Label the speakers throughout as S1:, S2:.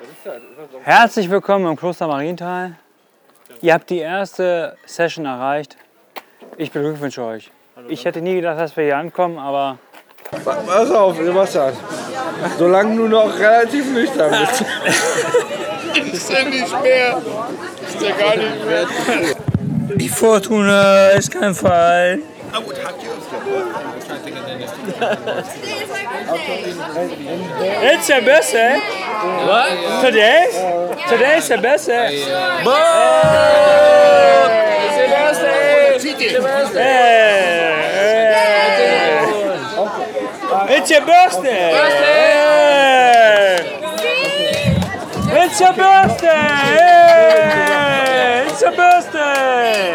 S1: Was ist das? Ist das so ein
S2: Herzlich willkommen im Kloster Marienthal. Ihr habt die erste Session erreicht. Ich beglückwünsche euch. Ich hätte nie gedacht, dass wir hier ankommen, aber
S1: Pass auf, Sebastian. Solange du noch relativ nüchtern bist.
S3: Ich sehe nicht mehr. Ich sehe gar nicht mehr.
S2: die Fortuna ist kein Fall. It's the best, eh? What? Today? Today is the best, eh? Hey! It's your birthday! Hey! It's your birthday! Hey! It's your birthday!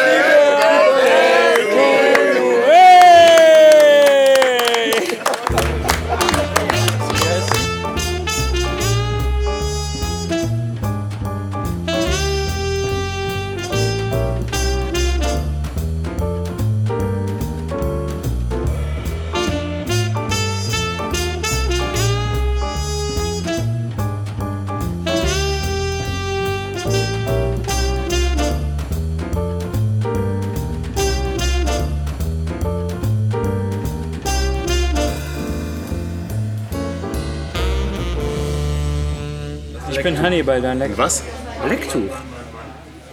S2: Ich bin Hannibal, dein Lecker.
S3: Was?
S1: Lecktuch.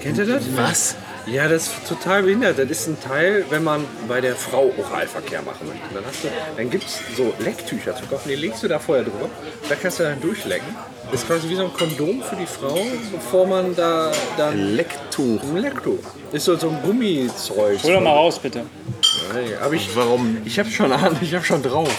S1: Kennt ihr das?
S3: Was?
S1: Ja, das ist total behindert. Das ist ein Teil, wenn man bei der Frau Oralverkehr machen möchte. Dann, hast du- dann gibt es so Lecktücher zu kaufen, die legst du da vorher drüber. Da kannst du dann durchlecken. Das ist quasi wie so ein Kondom für die Frau, bevor man da dann
S3: Lecktuch.
S1: ein Lecktuch. Ist so, so ein Gummizeug.
S2: Hol doch mal raus, bitte.
S1: Nee, hab ich
S3: Warum,
S1: ich habe schon an, ich habe schon drauf.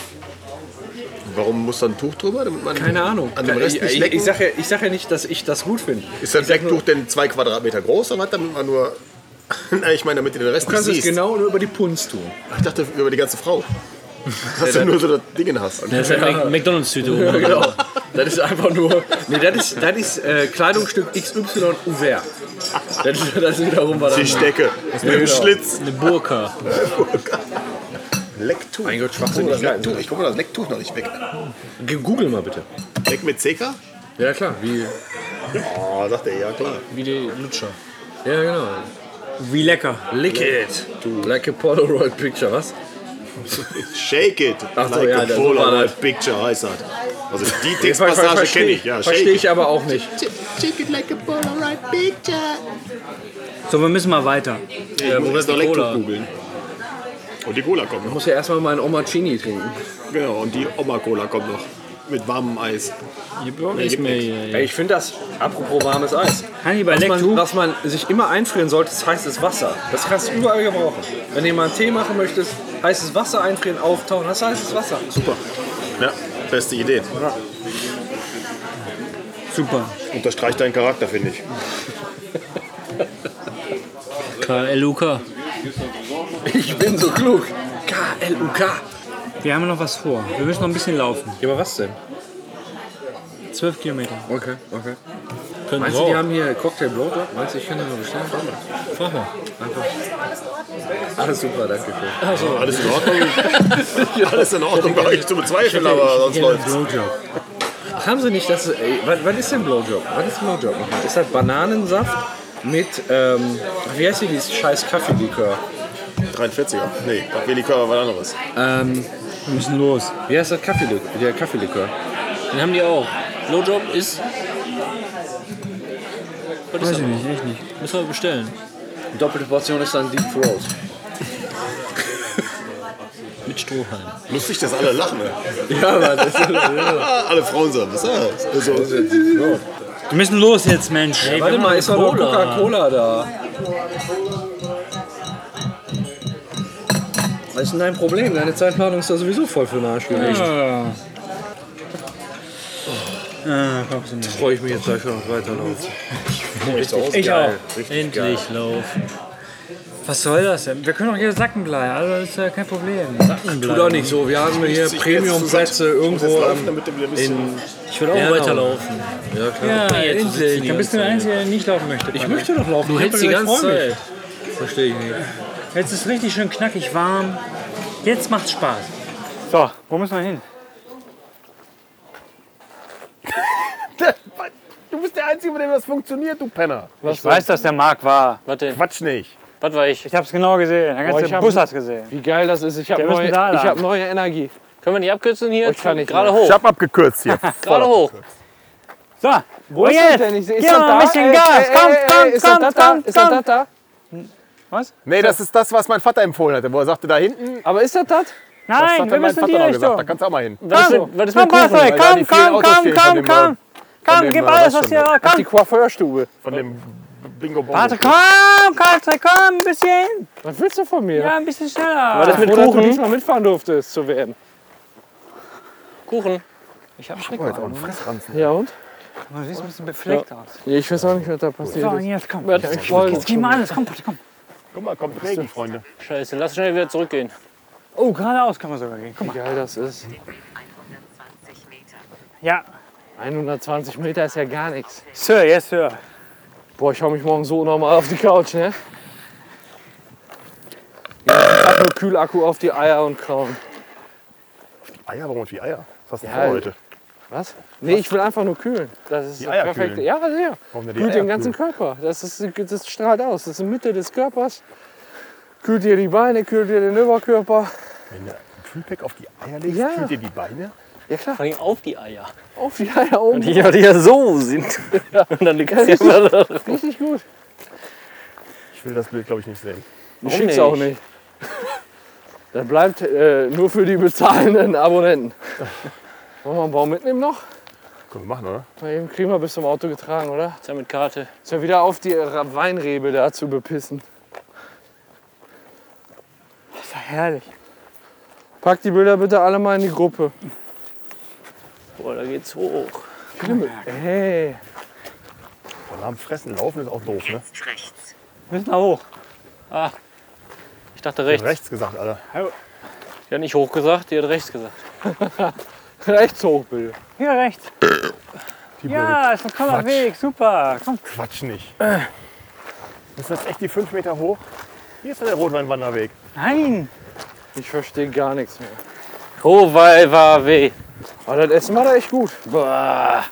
S3: warum muss da ein Tuch drüber? Damit man
S1: Keine Ahnung.
S3: An dem Rest
S1: ich,
S3: nicht
S1: ich,
S3: lecken?
S1: ich, sag ja, ich sag ja nicht, dass ich das gut finde.
S3: ist das Lecktuch denn zwei Quadratmeter groß oder was? Damit man nur. Nein, ich meine, damit du den Rest
S1: Du
S3: nicht
S1: kannst es
S3: siehst.
S1: genau nur über die Punz tun.
S3: Ich dachte über die ganze Frau. Dass du nur so das Ding hast.
S4: Das ist eine McDonalds-Tüte oben.
S1: genau. Das ist einfach nur. Nee, das ist, das ist äh, Kleidungsstück XY Ouvert. Das ist, das ist wiederum was
S3: Die Stecke. Mit dem
S1: genau.
S3: Schlitz.
S4: Eine Burka.
S3: Lecktuch.
S1: Mein Gott,
S3: Oh,
S1: Schwachsinn.
S3: das
S1: Ich,
S3: Lecktuch. Ich komme das Lecktuch noch nicht weg.
S1: Ge- Google mal bitte.
S3: Weg mit CK?
S1: Ja, klar. Wie,
S3: Oh, sagt er, ja klar.
S4: Wie die Lutscher.
S1: ja, genau.
S2: Wie lecker.
S1: Lick it. Like a Polaroid picture, was?
S3: Shake it.
S1: Ach so,
S3: like
S1: ja,
S3: a
S1: das-
S3: Polaroid
S1: das-
S3: Picture heißt das. Also die
S1: Ver-
S3: Textpassage
S1: versteh
S3: kenne ich. Ja, shake
S1: Verstehe
S3: it.
S1: ich aber auch nicht.
S3: Shake it like a Polaroid Picture.
S2: So, wir müssen mal weiter.
S3: Ich muss jetzt noch
S4: die
S3: Lecktuch
S4: Cola.
S3: googeln. Und die Cola kommt
S1: Ich
S3: noch.
S1: muss ja erstmal meinen Omacini trinken.
S3: Genau, und die Oma-Cola kommt noch. Mit warmem Eis.
S4: Nee, gib mir hier.
S1: Ey, ich finde das, apropos warmes Eis,
S2: Hannibal
S1: was man,
S2: Lectu?
S1: was man sich immer einfrieren sollte, ist heißes Wasser. Das kannst du überall gebrauchen. Wenn du mal einen Tee machen möchtest, heißes Wasser einfrieren, auftauen, hast du heißes Wasser.
S3: Super. Ja, beste Idee.
S2: Super.
S3: Unterstreicht deinen Charakter, finde ich.
S4: KLUK.
S1: Ich bin so klug. K-L-U-K.
S2: Wir haben noch was vor. Wir müssen noch ein bisschen laufen.
S1: Ja, aber was denn?
S2: Zwölf Kilometer.
S1: Okay, okay.
S4: Können
S1: Meinst
S4: wir
S1: du, die
S4: auch.
S1: haben hier Cocktail Blowjob? Meinst du, ich kann den noch bestellen?
S4: Frag mal.
S1: Alles super, danke schön.
S3: Alles in Ordnung? Alles in Ordnung bei euch zu bezweifeln, aber sonst läuft's.
S1: Blowjob. Haben sie nicht, dass ey, was, was ist denn Blowjob? Was ist Blowjob? nochmal? Ist das Bananensaft mit, ähm, wie heißt die, dieses scheiß Kaffeelikör?
S3: 43er. Nee, Kaffee-Likör war was anderes.
S1: Ähm,
S2: Wir müssen los.
S1: wie heißt das Kaffeelikör? Der Kaffeelikör.
S4: Den haben die auch. Blowjob ist. Was ist das?
S2: nicht, echt nicht.
S4: Müssen wir bestellen.
S1: Doppelte Portion ist dann Deep Throat.
S4: Mit Strohhalm.
S3: Lustig, dass alle lachen. Ne? Ah,
S1: Ja, aber das ist
S3: alle Frauen sagen, was ist das? Also,
S2: Wir müssen los jetzt, Mensch.
S4: Ey,
S1: Warte mal, ist doch noch Coca-Cola da. Was ist denn dein Problem? Deine Zeitplanung ist da sowieso voll für den Arsch gelegt.
S2: Ah. Ah, kommst du nicht.
S1: Freue ich mich jetzt gleich schon auf weiterlaufen.
S2: Ich auch.
S4: Endlich laufen.
S2: Was soll das denn? Wir können doch hier sacken bleiben. Also das ist ja kein Problem.
S1: Tu doch nicht so, wir haben hier Äh, Premium-Plätze irgendwo
S3: laufen,
S1: ähm,
S3: damit du wieder ein bisschen-
S1: in...
S4: Ich will auch
S1: Ja, genau.
S4: weiterlaufen.
S1: Ja, klar.
S2: Ja,
S4: jetzt sitzen
S2: endlich.
S4: die
S2: Dann bist du der Einzige, der nicht laufen möchte.
S1: Ich möchte doch laufen.
S4: Du
S1: ich hab
S4: hältst die
S1: gesagt, ich
S4: ganze
S1: freu mich.
S4: Zeit.
S5: Verstehe ich nicht.
S6: Jetzt ist richtig schön knackig warm. Jetzt macht's Spaß.
S2: So, wo müssen wir hin?
S3: Du bist der Einzige, mit dem das funktioniert, du Penner.
S2: ich weiß, dass der Marc war.
S7: Warte,
S3: Quatsch nicht.
S7: was war ich?
S2: Ich hab's genau gesehen. Der ganze
S1: ich hab-
S2: Bus hat's gesehen.
S1: Wie geil das ist. Ich habe
S2: Wir müssen
S1: neue, ich
S2: da lang.
S1: hab neue Energie.
S7: Können wir nicht abkürzen hier?
S1: Ich kann nicht
S7: Gerade
S1: mehr.
S7: hoch.
S3: Ich hab abgekürzt hier.
S7: Gerade hoch.
S2: So,
S1: Wo
S2: und
S1: ist
S2: jetzt?
S1: das denn? Ich, ist
S2: Gib
S1: das
S2: mal
S1: da?
S2: ein bisschen
S1: Ey,
S2: Gas.
S1: ey,
S2: Komm,
S1: ey, ey,
S2: komm,
S1: ist das
S2: komm,
S1: das da?
S2: komm,
S1: Ist das
S2: komm.
S1: das da?
S3: Nee, das ist das, was mein Vater empfohlen hatte, wo er sagte, da hinten,
S1: Aber ist das das?
S3: das
S2: Nein,
S3: hat
S2: wir
S3: dann mein
S2: müssen in
S3: Vater
S2: die
S3: noch gesagt, da
S2: Richtung.
S3: kannst du auch mal hin.
S7: Was ist mit, was ist
S2: Komm,
S7: mit Kuchen?
S2: Fahrzeug,
S3: weil da die
S2: komm,
S3: vielen
S2: komm,
S3: Autos
S2: komm,
S3: stehen von
S2: komm,
S3: dem,
S2: komm.
S3: äh,
S2: Komm,
S3: dem,
S2: gib
S3: äh,
S2: alles,
S3: was
S2: was
S3: schon,
S2: hier
S3: ne?
S2: war.
S1: Ach, die
S2: Komm.
S1: Coiffeurstube.
S3: Von dem bingo bongo
S2: Warte, komm, Katze, komm, ein bisschen.
S1: Was willst du von mir?
S2: Ja, ein bisschen schneller.
S7: Was ist mit
S1: Froh, dass du
S7: Kuchen?
S1: diesmal mitfahren durftest zu werden.
S7: Kuchen.
S1: Ja und?
S2: Du siehst ein bisschen befleckt aus.
S1: Ich weiß auch nicht, was da
S2: So,
S1: passiert
S2: und
S1: ist.
S2: jetzt komm.
S1: Ich wollte
S2: Jetzt gib mal alles. Komm, Patti, komm.
S3: Guck mal, kommt Regen, Freunde.
S7: Scheiße, lass schnell wieder zurückgehen.
S2: Oh, geradeaus kann man sogar gehen. Guck
S1: wie
S2: mal.
S1: geil das ist.
S8: 120 Meter.
S2: Ja.
S1: 120 Meter ist ja gar nichts.
S2: Sir, yes, Sir.
S1: Boah, ich hau mich morgen so nochmal auf die Couch, ne? Ja, ich hab nur Kühlakku auf die Eier und Krauen.
S3: Eier, warum und wie Eier? Was hast du
S1: Ja,
S3: vor heute?
S1: Was? Nee, ich will einfach nur kühlen. Das ist
S3: Die
S1: das
S3: Eier
S1: perfekte.
S3: kühlen.
S1: Ja, sehr.
S3: Warum denn die
S1: Kühlt
S3: Eier
S1: den ganzen Körper. Das, ist, das strahlt aus. Das ist die Mitte des Körpers. Kühlt dir die Beine, kühlt dir den Oberkörper.
S3: Wenn du ein Kühlpack auf die Eier legst,
S1: Ja.
S3: kühlt dir die Beine?
S1: Ja klar,
S7: Vor allem auf die Eier.
S1: auf die Eier oben.
S7: Die, die ja so sind. Und dann liegt sie
S1: Richtig gut.
S3: Ich will das Bild, glaube ich, nicht sehen.
S1: Ich schick's auch nicht. Das bleibt äh, nur für die bezahlenden Abonnenten. Wollen wir einen Baum mitnehmen noch?
S3: Können wir machen, oder?
S1: Mal eben kriegen wir bis zum Auto getragen, oder?
S7: Ist ja mit Karte.
S1: Ist ja wieder auf die Ra- Weinrebe da zu bepissen.
S2: Das ist ja herrlich.
S1: Pack die Bilder bitte alle mal in die Gruppe.
S7: Boah, da geht's hoch.
S1: Hey,
S3: Boah, nach dem Fressen laufen ist auch doof, ne?
S8: Jetzt rechts.
S2: Müssen wir hoch.
S7: Ich dachte
S3: Rechts,
S7: rechts.
S3: rechts gesagt, Alter.
S7: Die hat nicht hoch gesagt, die hat rechts gesagt.
S1: rechts hoch bitte.
S2: Hier rechts. Ja, ist ein toller Weg. Super. Komm.
S3: Quatsch nicht. Ist das echt die 5 Meter hoch? Hier ist ja der Rotweinwanderweg.
S2: Nein.
S1: Ich verstehe gar nichts mehr.
S7: Oh, wei, war weh.
S1: Aber das Essen war da echt gut. Haben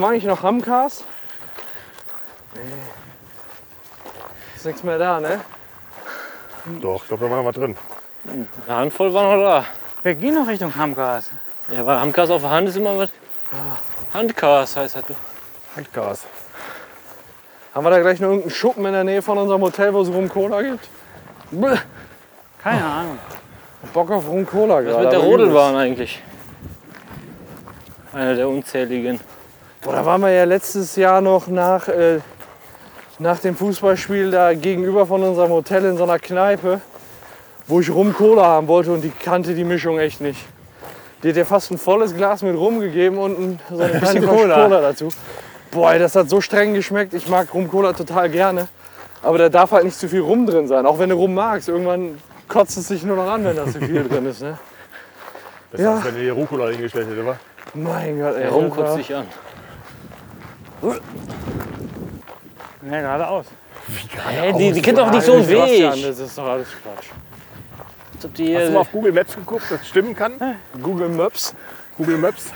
S1: wir eigentlich noch Hamkas? Nee. Ist nichts mehr da, ne?
S3: Doch, ich glaube, da war noch was drin.
S7: Eine Handvoll waren noch
S2: Wir gehen noch Richtung Hamgras.
S7: da. Ja, aber Handkas auf der Hand ist immer was. Handkas heißt das.
S3: Handgas.
S1: Haben wir da gleich noch irgendeinen Schuppen in der Nähe von unserem Hotel, wo es Rum Cola gibt? Bäh.
S2: Keine Ahnung.
S1: Bock auf Rum Cola gerade.
S7: Was mit der
S1: aber gut.
S7: Rodelbahn eigentlich? Einer der unzähligen.
S1: Boah, da waren wir ja letztes Jahr noch nach, äh, nach dem Fußballspiel da gegenüber von unserem Hotel in so einer Kneipe, wo ich Rum Cola haben wollte und die kannte die Mischung echt nicht. Die hat ja fast ein volles Glas mit Rum gegeben und ein, so ein bisschen Cola. Cola dazu. Boah, das hat so streng geschmeckt. Ich mag Rum Cola total gerne. Aber da darf halt nicht zu viel Rum drin sein. Auch wenn du Rum magst, irgendwann kotzt es sich nur noch an, wenn da zu viel drin ist. Ne?
S3: Besser
S1: Ja.
S3: als wenn ihr die Rucola hingestellt hättet, wa?
S1: Mein Gott, ey.
S7: Der Rum
S1: das war-
S7: kotzt Oh, dich an.
S2: Ja, geradeaus.
S7: Hä, die, die kennt doch nicht so einen
S1: Sebastian,
S7: Weg.
S1: Das ist doch alles Quatsch.
S7: Als ob die hier-
S3: Hast du mal auf Google Maps geguckt, ob das stimmen kann?
S1: Google Maps.
S3: Google Maps?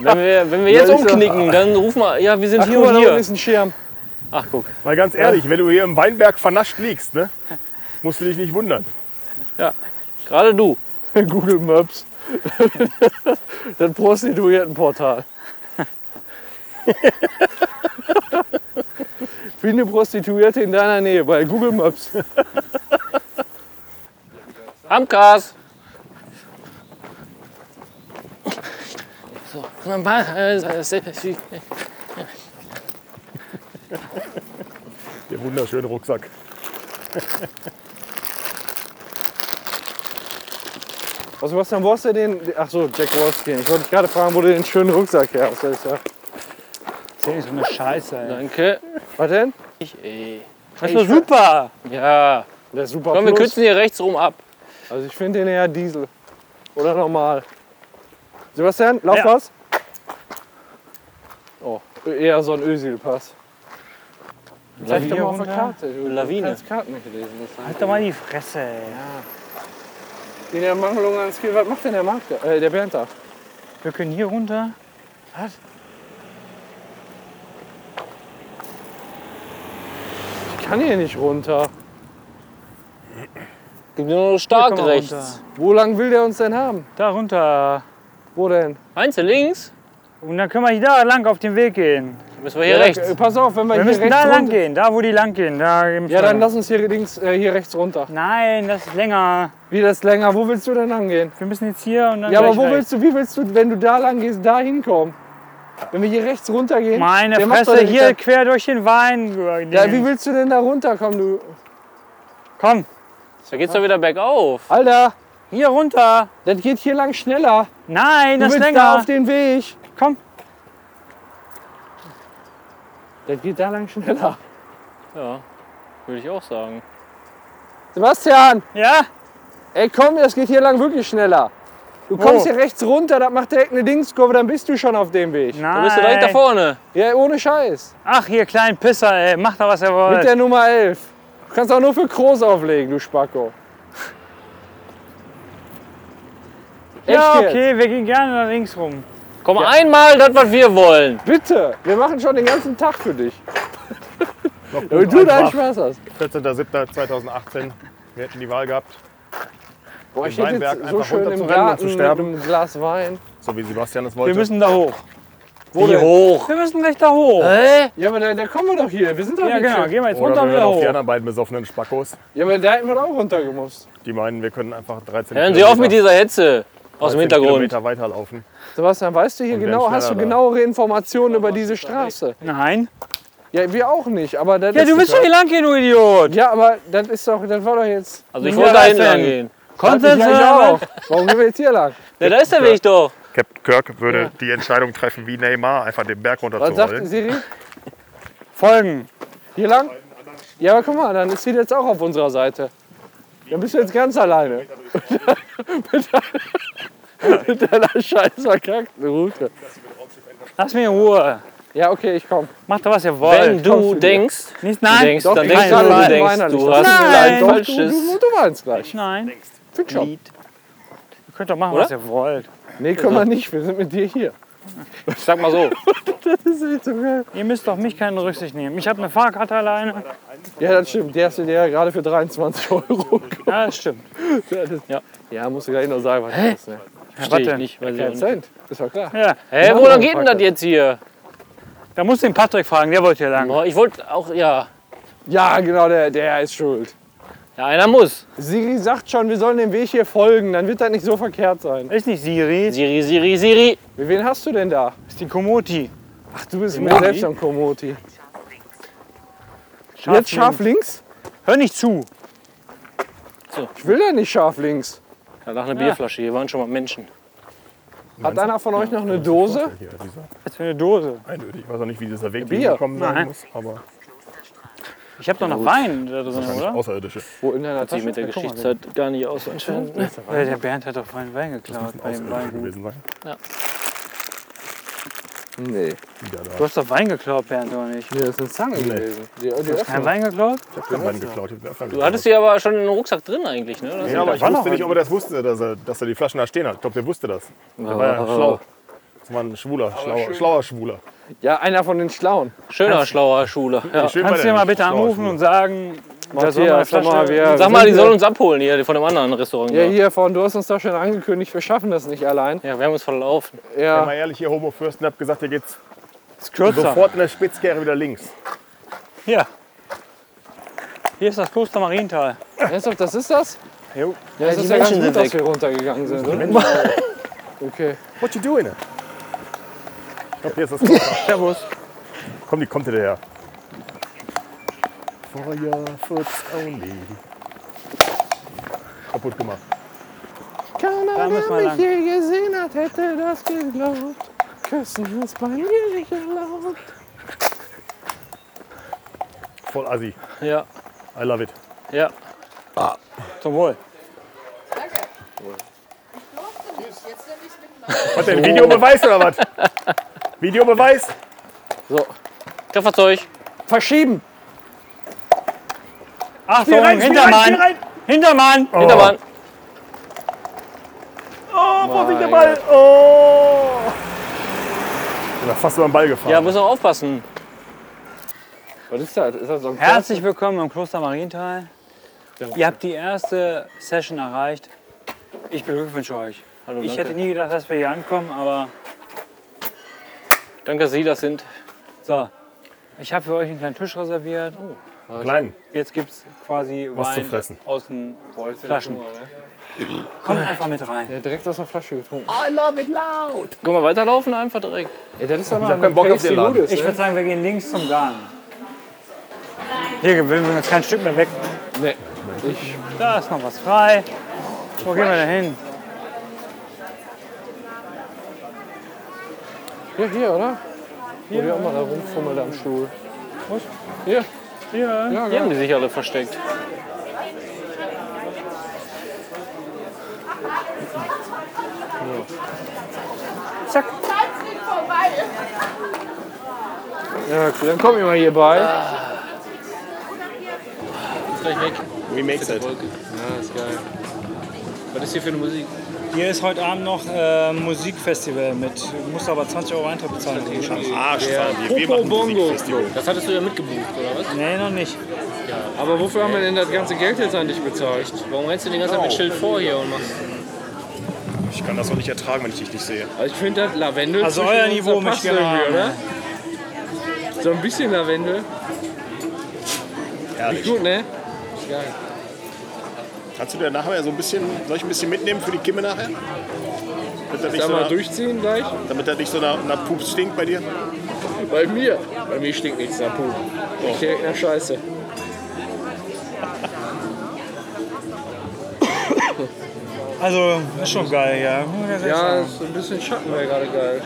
S7: wenn, wir, wenn wir jetzt
S1: Ja, ist ja-
S7: umknicken, dann ruf mal. Ja, wir sind
S1: Ach,
S7: hier
S1: guck mal,
S7: und
S1: da unten
S7: hier.
S1: ist ein Schirm.
S7: Ach, guck.
S3: Mal ganz ehrlich, wenn du hier im Weinberg vernascht liegst, ne? Musst du dich nicht wundern.
S7: Gerade du.
S1: Google Maps. das Prostituiertenportal. Finde Prostituierte in deiner Nähe bei Google Maps.
S7: Amkas. So, wunderbar. Äh, äh, sehr- äh,
S3: Der wunderschöne Rucksack.
S1: Also Sebastian, wo hast du den? Ach so, Jack Wolfskin. Ich wollte dich gerade fragen, wo du den schönen Rucksack her hast. Das ist ja-
S2: Das ist so eine Scheiße, ey.
S7: Danke.
S1: Was denn?
S7: Ich, ey.
S2: Das war super.
S7: Ja.
S1: Der ist super
S7: Komm, wir
S1: Plus.
S7: kürzen hier rechts rum ab.
S1: Also ich finde den eher Diesel. Oder normal. Sebastian, lauf
S2: Ja.
S1: was. Oh, eher so ein Özil-Pass.
S9: Zeig doch mal auf der
S10: runter.
S9: Karte. Du
S7: Lawine.
S9: kannst Karten nicht lesen. Das ist ein-
S2: Halt doch mal die Fresse, ey.
S9: In der Mangelung an Skill, was macht denn der Markt da? Äh, der Bernd da?
S2: Wir können hier runter.
S9: Ich kann hier nicht runter.
S7: Gib mir nur
S2: Komm
S7: stark
S2: mal
S7: rechts.
S2: Runter.
S9: Wo lang will der uns denn haben?
S2: Da runter.
S9: Wo denn?
S7: Einzel links?
S2: Und dann können wir hier da lang auf den Weg gehen.
S7: Müssen wir hier rechts.
S9: Äh, pass auf, wenn wir,
S2: Wir
S9: hier
S2: müssen
S9: rechts
S2: da lang
S9: runter...
S2: gehen, da wo die lang gehen. Da im
S9: Ja,
S2: Stall.
S9: dann lass uns hier, links, äh, hier rechts runter.
S2: Nein, das ist länger.
S9: Wie das länger? Wo willst du denn lang gehen?
S2: Wir müssen jetzt hier und dann.
S9: Ja, aber
S2: gleich
S9: wo
S2: rechts.
S9: willst du, wie willst du, wenn du da lang gehst, da hinkommen? Wenn wir hier rechts runtergehen?
S2: Meine
S9: der macht doch
S2: Fresse,
S9: nicht
S2: hier
S9: da-
S2: quer durch den Wein.
S9: Ja, wie willst du denn da runterkommen, du?
S2: Komm,
S7: Da geht's doch wieder bergauf.
S9: Alter,
S2: hier runter.
S9: das geht hier lang schneller.
S2: Nein,
S9: Du
S2: das ist
S9: willst da
S2: länger.
S9: auf den Weg.
S2: Komm.
S9: Das geht da lang schneller.
S7: Ja, würde ich auch sagen.
S9: Sebastian,
S2: Ja?
S9: ey komm, das geht hier lang wirklich schneller. Du
S2: Oh.
S9: kommst hier rechts runter, das macht direkt eine Linkskurve, dann bist du schon auf dem Weg.
S2: Nein.
S7: Da bist du direkt da vorne.
S9: Ja, ohne Scheiß.
S2: Ach, ihr kleinen Pisser, ey. Macht doch, was ihr
S9: Mit
S2: wollt.
S9: der Nummer 11. Du kannst auch nur für groß auflegen, du Spacko.
S2: Ja,
S9: Echt jetzt?
S2: okay, wir gehen gerne da links rum.
S7: Komm einmal das, was wir wollen.
S9: Bitte, wir machen schon den ganzen Tag für dich. Damit du deinen Spaß hast.
S3: 14.07.2018. Wir hätten die Wahl gehabt,
S9: Boah,
S3: Den
S9: ich hätte
S3: Weinberg
S9: jetzt so
S3: einfach
S9: schön im
S3: runterzurennen und
S9: Garten
S3: zu
S9: mit
S3: sterben.
S9: einem Glas Wein.
S3: so wie Sebastian es
S2: Wir
S3: wollte.
S2: müssen da hoch. Äh,
S7: Wie hoch?
S2: Wir müssen gleich da hoch.
S7: Hä?
S9: Ja, aber da, da kommen wir doch hier. Wir sind doch
S2: Ja,
S9: nicht
S2: genau.
S9: hier.
S2: Gehen wir jetzt runter
S3: Oder
S2: und
S3: wir hören
S2: wieder
S3: auf die
S2: hoch.
S3: anderen beiden besoffenen Spackos,
S9: Ja, aber da hätten wir doch auch runtergemusst.
S3: die meinen, wir können einfach 13
S7: Hören Sie auf mit
S3: Kilometer-
S7: dieser Hetze. Aus
S3: 13
S7: dem Hintergrund.
S3: Kilometer weiterlaufen.
S9: Sebastian, weißt du hier
S3: Und werden
S9: genau, hast du
S3: schneller da.
S9: genauere Informationen über diese Straße?
S2: Nein.
S9: Ja, wir auch nicht, aber das
S2: Ja,
S9: ist
S2: du willst doch hier lang gehen, du Idiot.
S9: Ja, aber das ist doch, das war doch jetzt.
S7: Also ich
S2: Ja,
S7: wollte da
S2: das
S7: hinten
S2: denn?
S7: lang gehen.
S2: Konsens
S9: Ja,
S2: oder was?
S9: ich auch. Warum gehen wir jetzt hier lang?
S7: Ja, da ist der Weg doch.
S3: Captain Kirk würde die Entscheidung treffen, wie Neymar einfach den Berg runter
S9: Was sagt Siri?
S2: Folgen.
S9: Hier lang? Ja, aber guck mal, dann ist sie jetzt auch auf unserer Seite. Dann bist du jetzt ganz alleine. mit, deiner, mit deiner scheiß verkackten Route.
S2: Lass mich in Ruhe.
S9: Ja, okay, ich komm.
S2: Macht doch, was ihr wollt.
S7: Wenn du denkst,
S2: Nicht
S7: du
S2: nein.
S7: denkst,
S9: Doch,
S7: dann
S9: ich
S7: denkst
S9: sag
S7: du, du
S9: nein,
S7: denkst,
S9: nein,
S7: du
S9: nein,
S7: hast
S2: nein,
S7: ein
S9: Doch, du, du,
S7: falsches.
S9: du meinst gleich.
S2: Nein.
S9: Fick schon.
S2: Ihr könnt doch machen,
S7: Oder?
S2: was ihr wollt.
S9: Nee, können wir nicht. Wir sind mit dir hier.
S7: Ich sag mal so.
S9: Das ist so geil.
S2: Ihr müsst auf mich keine Rücksicht nehmen. Ich habe eine Fahrkarte alleine.
S9: Ja, das stimmt. Der hast du dir ja gerade für 23 Euro.
S2: Ja, das stimmt.
S9: Ja, musst du gleich noch sagen, was das ist. Ne?
S7: Verstehe ich
S2: denn?
S7: nicht. Weiß ich auch
S9: Kein
S7: nicht.
S9: Cent. Ist doch klar.
S2: Ja,
S7: Hä, wo lang geht denn das jetzt hier?
S2: da musst du den Patrick fragen, der wollte hier lang.
S7: Boah, Ich wollte auch, ja.
S9: Ja, genau, der, der ist schuld.
S7: Ja, einer muss.
S9: Siri sagt schon, wir sollen dem Weg hier folgen. Dann wird das nicht so verkehrt sein.
S2: Ist nicht Siri,
S7: Siri, Siri, Siri.
S9: Wen hast du denn da?
S2: ist die Komoti.
S9: Ach, du bist mir selbst am Komoti.
S2: Scharf
S9: Jetzt scharf links?
S2: Hör nicht zu.
S9: Ich will ja nicht scharf links.
S7: Da lag eine Bierflasche, hier waren schon mal Menschen.
S9: Hat einer von euch noch eine Dose?
S3: Hier, dieser
S2: Jetzt für eine Dose.
S3: einödig. Ich weiß auch nicht, wie dieser Weg
S9: Bier.
S3: gekommen sein
S2: Nein.
S3: muss, aber
S2: Ich habe doch noch Wein da drin, oder?
S3: Außerirdische.
S9: Wo in deiner
S7: Sieht mit der
S9: Tasche?
S7: Geschichtszeit gar nicht aus anscheinend.
S2: Ja, der Bernd hat doch meinen Wein geklaut bei dem
S3: Außerirdische
S2: Weingut.
S3: gewesen sein.
S9: Nee.
S3: Wieder da.
S2: Du hast doch Wein geklaut, Bernd, oder nicht?
S9: Nee, das ist eine Zange gewesen. Die, die
S2: Kein
S9: Öffnung.
S2: Wein geklaut?
S3: Ich hab den Wein geklaut. Ich hab den Anfang
S7: Du hattest sie aber schon in den Rucksack drin eigentlich, ne?
S3: Ja, aber ich wusste nicht, ob er das wusste, dass er, dass er die Flaschen da stehen hat. Ich glaube, der wusste das. Der war ja schlau. Das war ein schwuler, schlauer, schlauer Schwuler.
S9: ja, einer von den Schlauen.
S7: Schöner, schlauer Schule. Ja.
S3: Schön war
S2: Kannst du dir
S3: der
S2: mal
S3: nicht.
S2: bitte
S3: Schlauer
S2: anrufen
S3: Schwuler.
S2: und sagen, da soll mal eine
S9: Matthias, sag mal,
S2: Flasche...
S9: wir
S7: Sag mal,
S9: sind
S7: die sollen uns abholen hier von dem anderen Restaurant.
S9: Ja,
S7: da.
S9: hier von, du hast uns doch schon angekündigt, wir schaffen das nicht allein.
S7: ja wir haben uns verlaufen.
S3: Sei
S9: Ja,
S3: Mal ehrlich, hier Homo Fürsten habt gesagt, hier geht's
S2: Ist kürzer.
S3: sofort in der Spitzkehre wieder links.
S2: Hier. Hier ist das Kloster Marienthal.
S9: ernsthaft, das ist das?
S2: Jo.
S9: Ja, es ist ja ganz gut, dass wir runtergegangen sind, oder? Okay.
S3: What you doing? Ich glaub, hier ist das Wasser.
S2: Servus.
S3: Komm, die kommt hinterher. For your foots only. Kaputt gemacht.
S9: Keiner,
S2: Da müssen wir
S9: der
S2: lang.
S9: mich je gesehen hat, hätte das geglaubt. Küssen ist bei mir nicht erlaubt.
S3: Voll assi.
S7: Ja,
S3: I love it.
S7: ja.
S2: Zum Wohl.
S3: Was denn? Videobeweis oder was? Videobeweis?
S7: Trefferzeug.
S3: Oh.
S9: Verschieben!
S11: Achtung, Hintermann! Hintermann!
S2: Oh,
S12: Hintermann.
S3: Oh, Ich Oh. bin fast über den Ball gefahren.
S12: Ja, muss auch aufpassen.
S1: Was ist das? Ist das so ein
S11: Herzlich willkommen im Kloster Marienthal. Ihr habt die erste Session erreicht. Ich beglückwünsche euch.
S12: Hallo,
S11: Ich
S12: danke.
S11: hätte nie gedacht, dass wir hier ankommen, aber
S12: Danke, dass Sie das sind.
S11: so. Ich habe für euch einen kleinen Tisch reserviert.
S3: Klein.
S11: Jetzt gibt es quasi
S3: Was
S11: Wein
S3: zu fressen.
S11: aus den Flaschen. Kommt einfach mit rein.
S9: Direkt aus der Flasche getrunken.
S12: Können wir weiterlaufen einfach direkt?
S9: Ja, das ist doch mal
S3: keinen Bock auf den Laden.
S11: Ich würde sagen, wir gehen links zum Garten. Hier gewinnen wir uns kein Stück mehr weg.
S9: Nee.
S11: Da ist noch was frei. Wo gehen wir da hin?
S9: Ja, hier, oder? Wo wir auch mal da rumfummeln am Stuhl.
S12: Die haben die sich alle versteckt.
S9: Ja, okay, dann komm ich mal hier bei.
S7: Gleich weg.
S3: Remakes halt.
S7: Wolke. Ja, ist geil. Was ist hier für eine Musik?
S2: Hier ist heute Abend noch äh, Musikfestival mit. Musst aber 20 Euro Eintritt bezahlen.
S3: Arsch, die Wir machen Musikfestival.
S7: Das hattest du ja mitgebucht, oder was?
S2: Nee, noch nicht.
S1: Aber wofür haben wir denn das ganze Geld jetzt an dich bezahlt?
S7: Warum rennst du den ganzen Tag mit Schild vor hier und machst.
S3: Ich kann das doch nicht ertragen, wenn ich dich nicht sehe.
S1: Also ich finde das Lavendel.
S2: Also
S1: zwischen
S2: euer
S1: uns,
S2: Niveau
S1: das passt
S2: möchte ich gerne
S1: irgendwie, oder? So ein bisschen Lavendel. Ist
S3: Ehrlich.
S1: gut, ne?
S3: Kannst du dir nachher so ein bisschen, soll ich ein bisschen mitnehmen für die Kimme nachher? Damit er nicht
S1: Sag
S3: so
S1: mal,
S3: nach,
S1: durchziehen gleich.
S3: damit er nicht so nach, nach Pups stinkt bei dir?
S1: Bei mir. Bei mir stinkt nichts nach Puh.
S7: Oh.
S1: Ich direkt nach Scheiße.
S2: Also, ist schon geil, ja. Muss ich ganz ehrlich
S1: Ja,
S2: sagen.
S1: ist ein bisschen Schatten wäre gerade geil.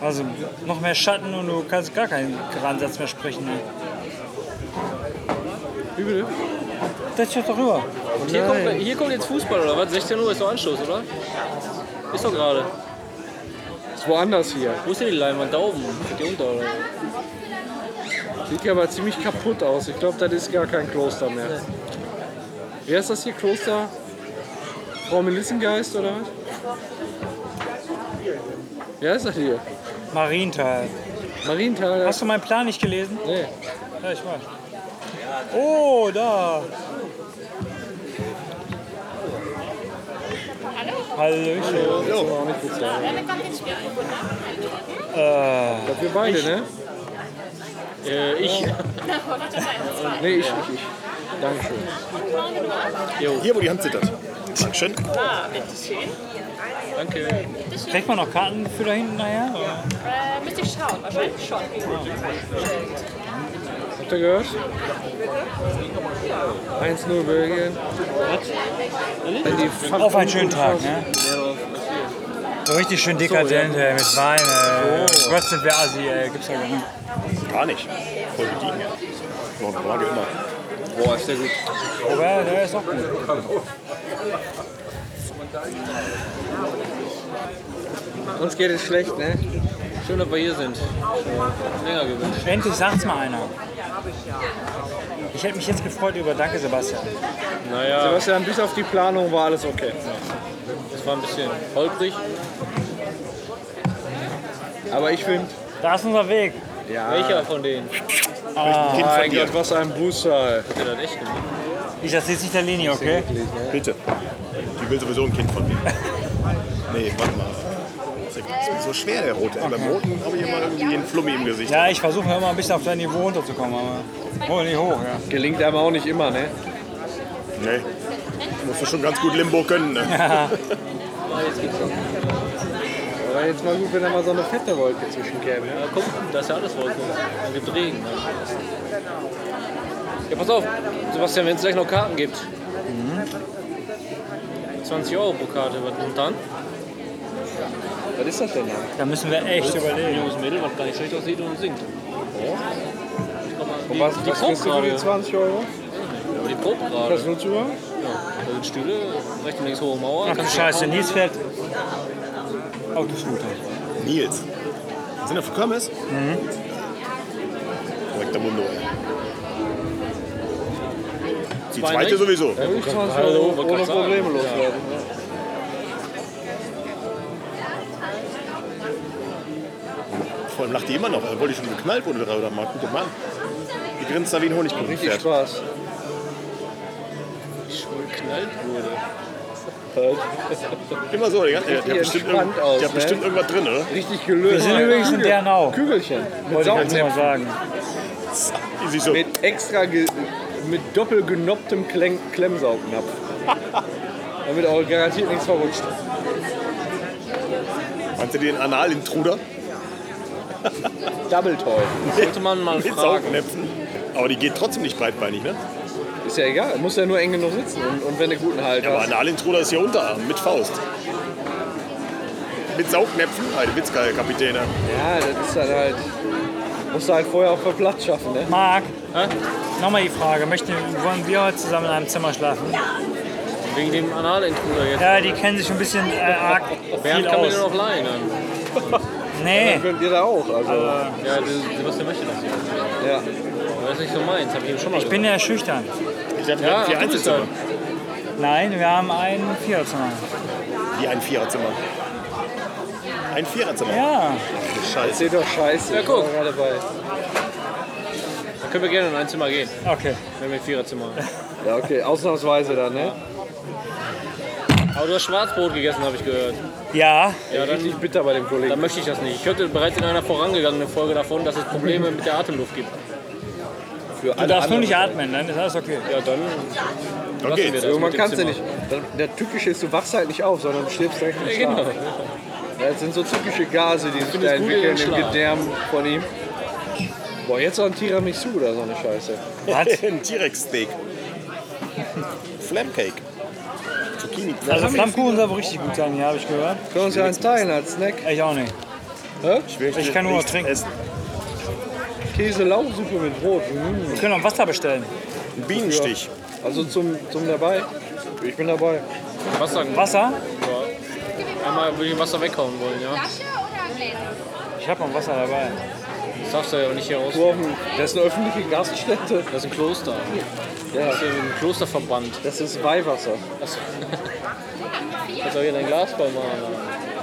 S2: Also, noch mehr Schatten und du kannst gar keinen Kransatz mehr sprechen. Ne?
S1: Wie bitte?
S2: Das steht doch rüber.
S7: Und hier kommt, hier kommt jetzt Fußball, oder was? 16 Uhr ist doch Anstoß, oder? Ist doch gerade.
S1: Ist woanders hier.
S7: Wo ist denn die Leinwand? Da oben. Geht die unter, oder?
S1: Sieht hier aber ziemlich kaputt aus. Ich glaube, das ist gar kein Kloster mehr. Wer ist das hier? Kloster? Frau Melissengeist oder was? Wer ist das hier?
S2: Marienthal.
S1: Marienthal?
S2: Hast du meinen Plan nicht gelesen?
S1: Nee.
S2: Ja, ich weiß. Oh, da. Hallo. Hallo.
S1: Ich glaub, wir beide, ne?
S7: Äh, ich.
S1: Nee, ich, ich, ich. Dankeschön.
S3: Hier, wo die Hand zittert. Dankeschön.
S7: Danke.
S2: Kriegt man noch Karten für da hinten nachher? oder?
S13: Äh, müsste ich schauen, wahrscheinlich schon.
S1: Habt ihr gehört? 1-0 Belgien. Was?
S2: Auf einen schönen Tag, ne? So richtig schön dekadent ey, mit Wein. Ey. Gott sind wir Assi, ey. Gibt's ja gar nicht.
S3: Gar nicht. Voll gediegen. So eine Frage immer.
S1: Boah, ist der gut.
S2: Aber der ist auch gut.
S1: Uns geht es schlecht, ne?
S7: Schön, dass wir hier sind. Länger gewünscht.
S2: Endlich sagt's mal einer. Ich hätte mich jetzt gefreut über Danke, Sebastian.
S7: Naja,
S1: Sebastian, bis auf die Planung war alles okay.
S7: das war ein bisschen holprig.
S1: Aber ich finde.
S2: Da ist unser Weg.
S7: Welcher von denen?
S3: ein kind von
S1: Ah, Mein
S3: dir.
S1: Gott, was ein Booster.
S7: Habt ihr das echt gemacht?
S2: Ich das jetzt nicht der Linie, okay?
S3: Bitte. Die will sowieso ein Kind von dir. Nee, warte mal. Das ist so schwer, der Rote. Beim Roten habe ich immer irgendwie einen Flummi im Gesicht.
S2: Ja, ich versuche immer ein bisschen auf dein Niveau runterzukommen, aber hol nicht hoch, ja.
S1: Gelingt einem auch nicht immer, ne?
S3: Nee. Musst du schon ganz gut Limbo können, ne?
S1: Aber jetzt mal gut, wenn da mal so eine fette Wolke ne? zwischenkäme.
S7: Ja, guck, da ist ja alles Wolken. Dann gibt Regen. Ne? Ja, pass auf, Sebastian, wenn es gleich noch Karten gibt. 20 Euro pro Karte, was und dann?
S1: Was ist das denn da?
S2: Da müssen wir echt überlegen.
S7: Junges Mädel, was gar nicht schlecht aussieht und singt. Ich komm mal- Die,
S1: Was,
S7: die
S1: was kriegst du für die
S7: Probe
S1: 20 Euro?
S7: gerade. Die Probe gerade.
S1: Was nutzt du mal?
S7: Da sind Stühle, rechts und links hohe Mauer.
S2: Ach du
S7: Kannst
S2: Scheiße, Nils fährt Autoscooter.
S3: Nils. Sind wir für Kirmes? Mhm. Korrekter Mundo, ey. Die zweite sowieso.
S7: Hallo, also, wollte gerade sagen.
S1: ne?
S3: Vor allem lacht die immer noch, obwohl die schon geknallt wurde. Oder mal guter Mann. Die grinst da wie ein
S1: Richtig
S3: Honigkuchenpferd.
S1: Spaß.
S7: Schon geknallt wurde.
S3: Immer so. Die, ganze- die, die hat bestimmt, irgend,
S1: entspannt aus,
S3: die hat
S1: ne?
S3: bestimmt irgendwas drin, oder?
S1: Richtig gelöst. Ah,
S2: Wir sind übrigens in Dernau,
S1: Kügelchen. Mit,
S2: wollte
S1: Sau
S2: ich jetzt mal sagen.
S3: Die sich so
S1: mit extra ge mit doppelt genopptem Klem Klemmsaugnapf. Damit auch garantiert nichts verrutscht.
S3: Meinst du den Analintruder
S1: Double Toy.
S7: Sollte man mal
S3: mit
S7: fragen.
S3: Saugnäpfen? Aber die geht trotzdem nicht breitbeinig, ne?
S1: Ist ja egal, muss ja nur eng genug sitzen und, und wenn du guten Halt
S3: Ja, aber
S1: hast.
S3: Analintruder ist hier Unterarm, mit Faust. Mit Ah, Saugnäpfen? Eine Witzgeil, Kapitäne.
S1: Ja, das ist dann halt. Musst du halt vorher auch für Platz schaffen, ne?
S2: Marc, nochmal die Frage, möchten, wollen wir heute zusammen in einem Zimmer schlafen?
S7: Wegen dem Analintruder jetzt.
S2: Ja, die kennen sich ein bisschen äh, arg viel
S7: Bernd kann mir den
S2: aus.
S7: auch leihen. Dann.
S2: Nee,
S1: Könnt ihr da auch, also.
S7: Ja, der- Sebastian möchte das ja.
S1: ja.
S7: Aber Das ist nicht so meins, habe ich ihm schon mal
S2: ich bin ja schüchtern.
S3: Ich dachte, wir
S7: Ja,
S3: haben vier
S7: ach, du bist
S3: Einzelzimmer.
S2: Nein, wir haben ein Viererzimmer.
S3: Wie ein Viererzimmer. Ein Viererzimmer.
S2: Ja,
S3: Scheiße.
S1: Seht doch scheiße. Ja,
S7: guck.
S1: Gerade bei.
S7: Dann können wir gerne in ein Zimmer gehen,
S2: okay.
S7: wenn wir ein Viererzimmer haben.
S1: Ja, okay, ausnahmsweise dann, ne?
S7: Aber du hast Schwarzbrot gegessen, habe ich gehört.
S2: Ja,
S7: Ja, dann,
S1: Richtig bitter bei dem Kollegen.
S7: dann möchte ich das nicht. Ich hörte bereits in einer vorangegangenen Folge davon, dass es Probleme mit der Atemluft gibt.
S1: Für
S2: du
S1: alle
S2: darfst nur
S1: anderen.
S2: nicht atmen, dann ist alles okay.
S7: Ja, dann
S3: Dann
S7: lassen wir
S3: geht's.
S7: das.
S1: Also Man
S7: mit dem
S1: kann es ja
S7: Zimmer.
S1: nicht. Der- Der Tückische ist, du wachst halt nicht auf, sondern du stirbst direkt im
S7: Ja,
S1: Schlaf.
S7: genau.
S1: Ja, Das sind so typische Gase, die sich
S7: finde
S1: da
S7: es gut in den
S1: entwickeln im
S7: Schlaf.
S1: Gedärm von ihm. Boah, jetzt noch ein Tiramisu oder so eine Scheiße.
S3: Ein T-Rex-Steak. Flamcake. Zucchini.
S2: Also Flammkuchen soll wohl richtig gut sein, ja, habe ich gehört.
S1: Können wir uns ja einen teilen als Snack.
S2: Ich auch nicht.
S3: möchte
S2: Ich kann nur
S3: nichts
S2: trinken.
S3: Essen.
S1: Käse-Lauchsuppe mit Brot. Mm.
S2: Wir können auch Wasser bestellen.
S3: Ein Bienenstich.
S1: Also zum, zum dabei. Ich bin dabei.
S7: Wasser,
S2: Wasser?
S7: einmal würde ich ein Wasser weghauen wollen, ja.
S2: Ich habe noch Wasser dabei.
S7: Das darfst du ja nicht hier raus.
S1: Du auf dem- Das ist eine öffentliche Gaststätte.
S7: Das ist ein Kloster.
S1: Ja,
S7: Das ist ein Klosterverband.
S1: das ist Weihwasser.
S7: Achso. Kannst auch hier dein Glas voll machen.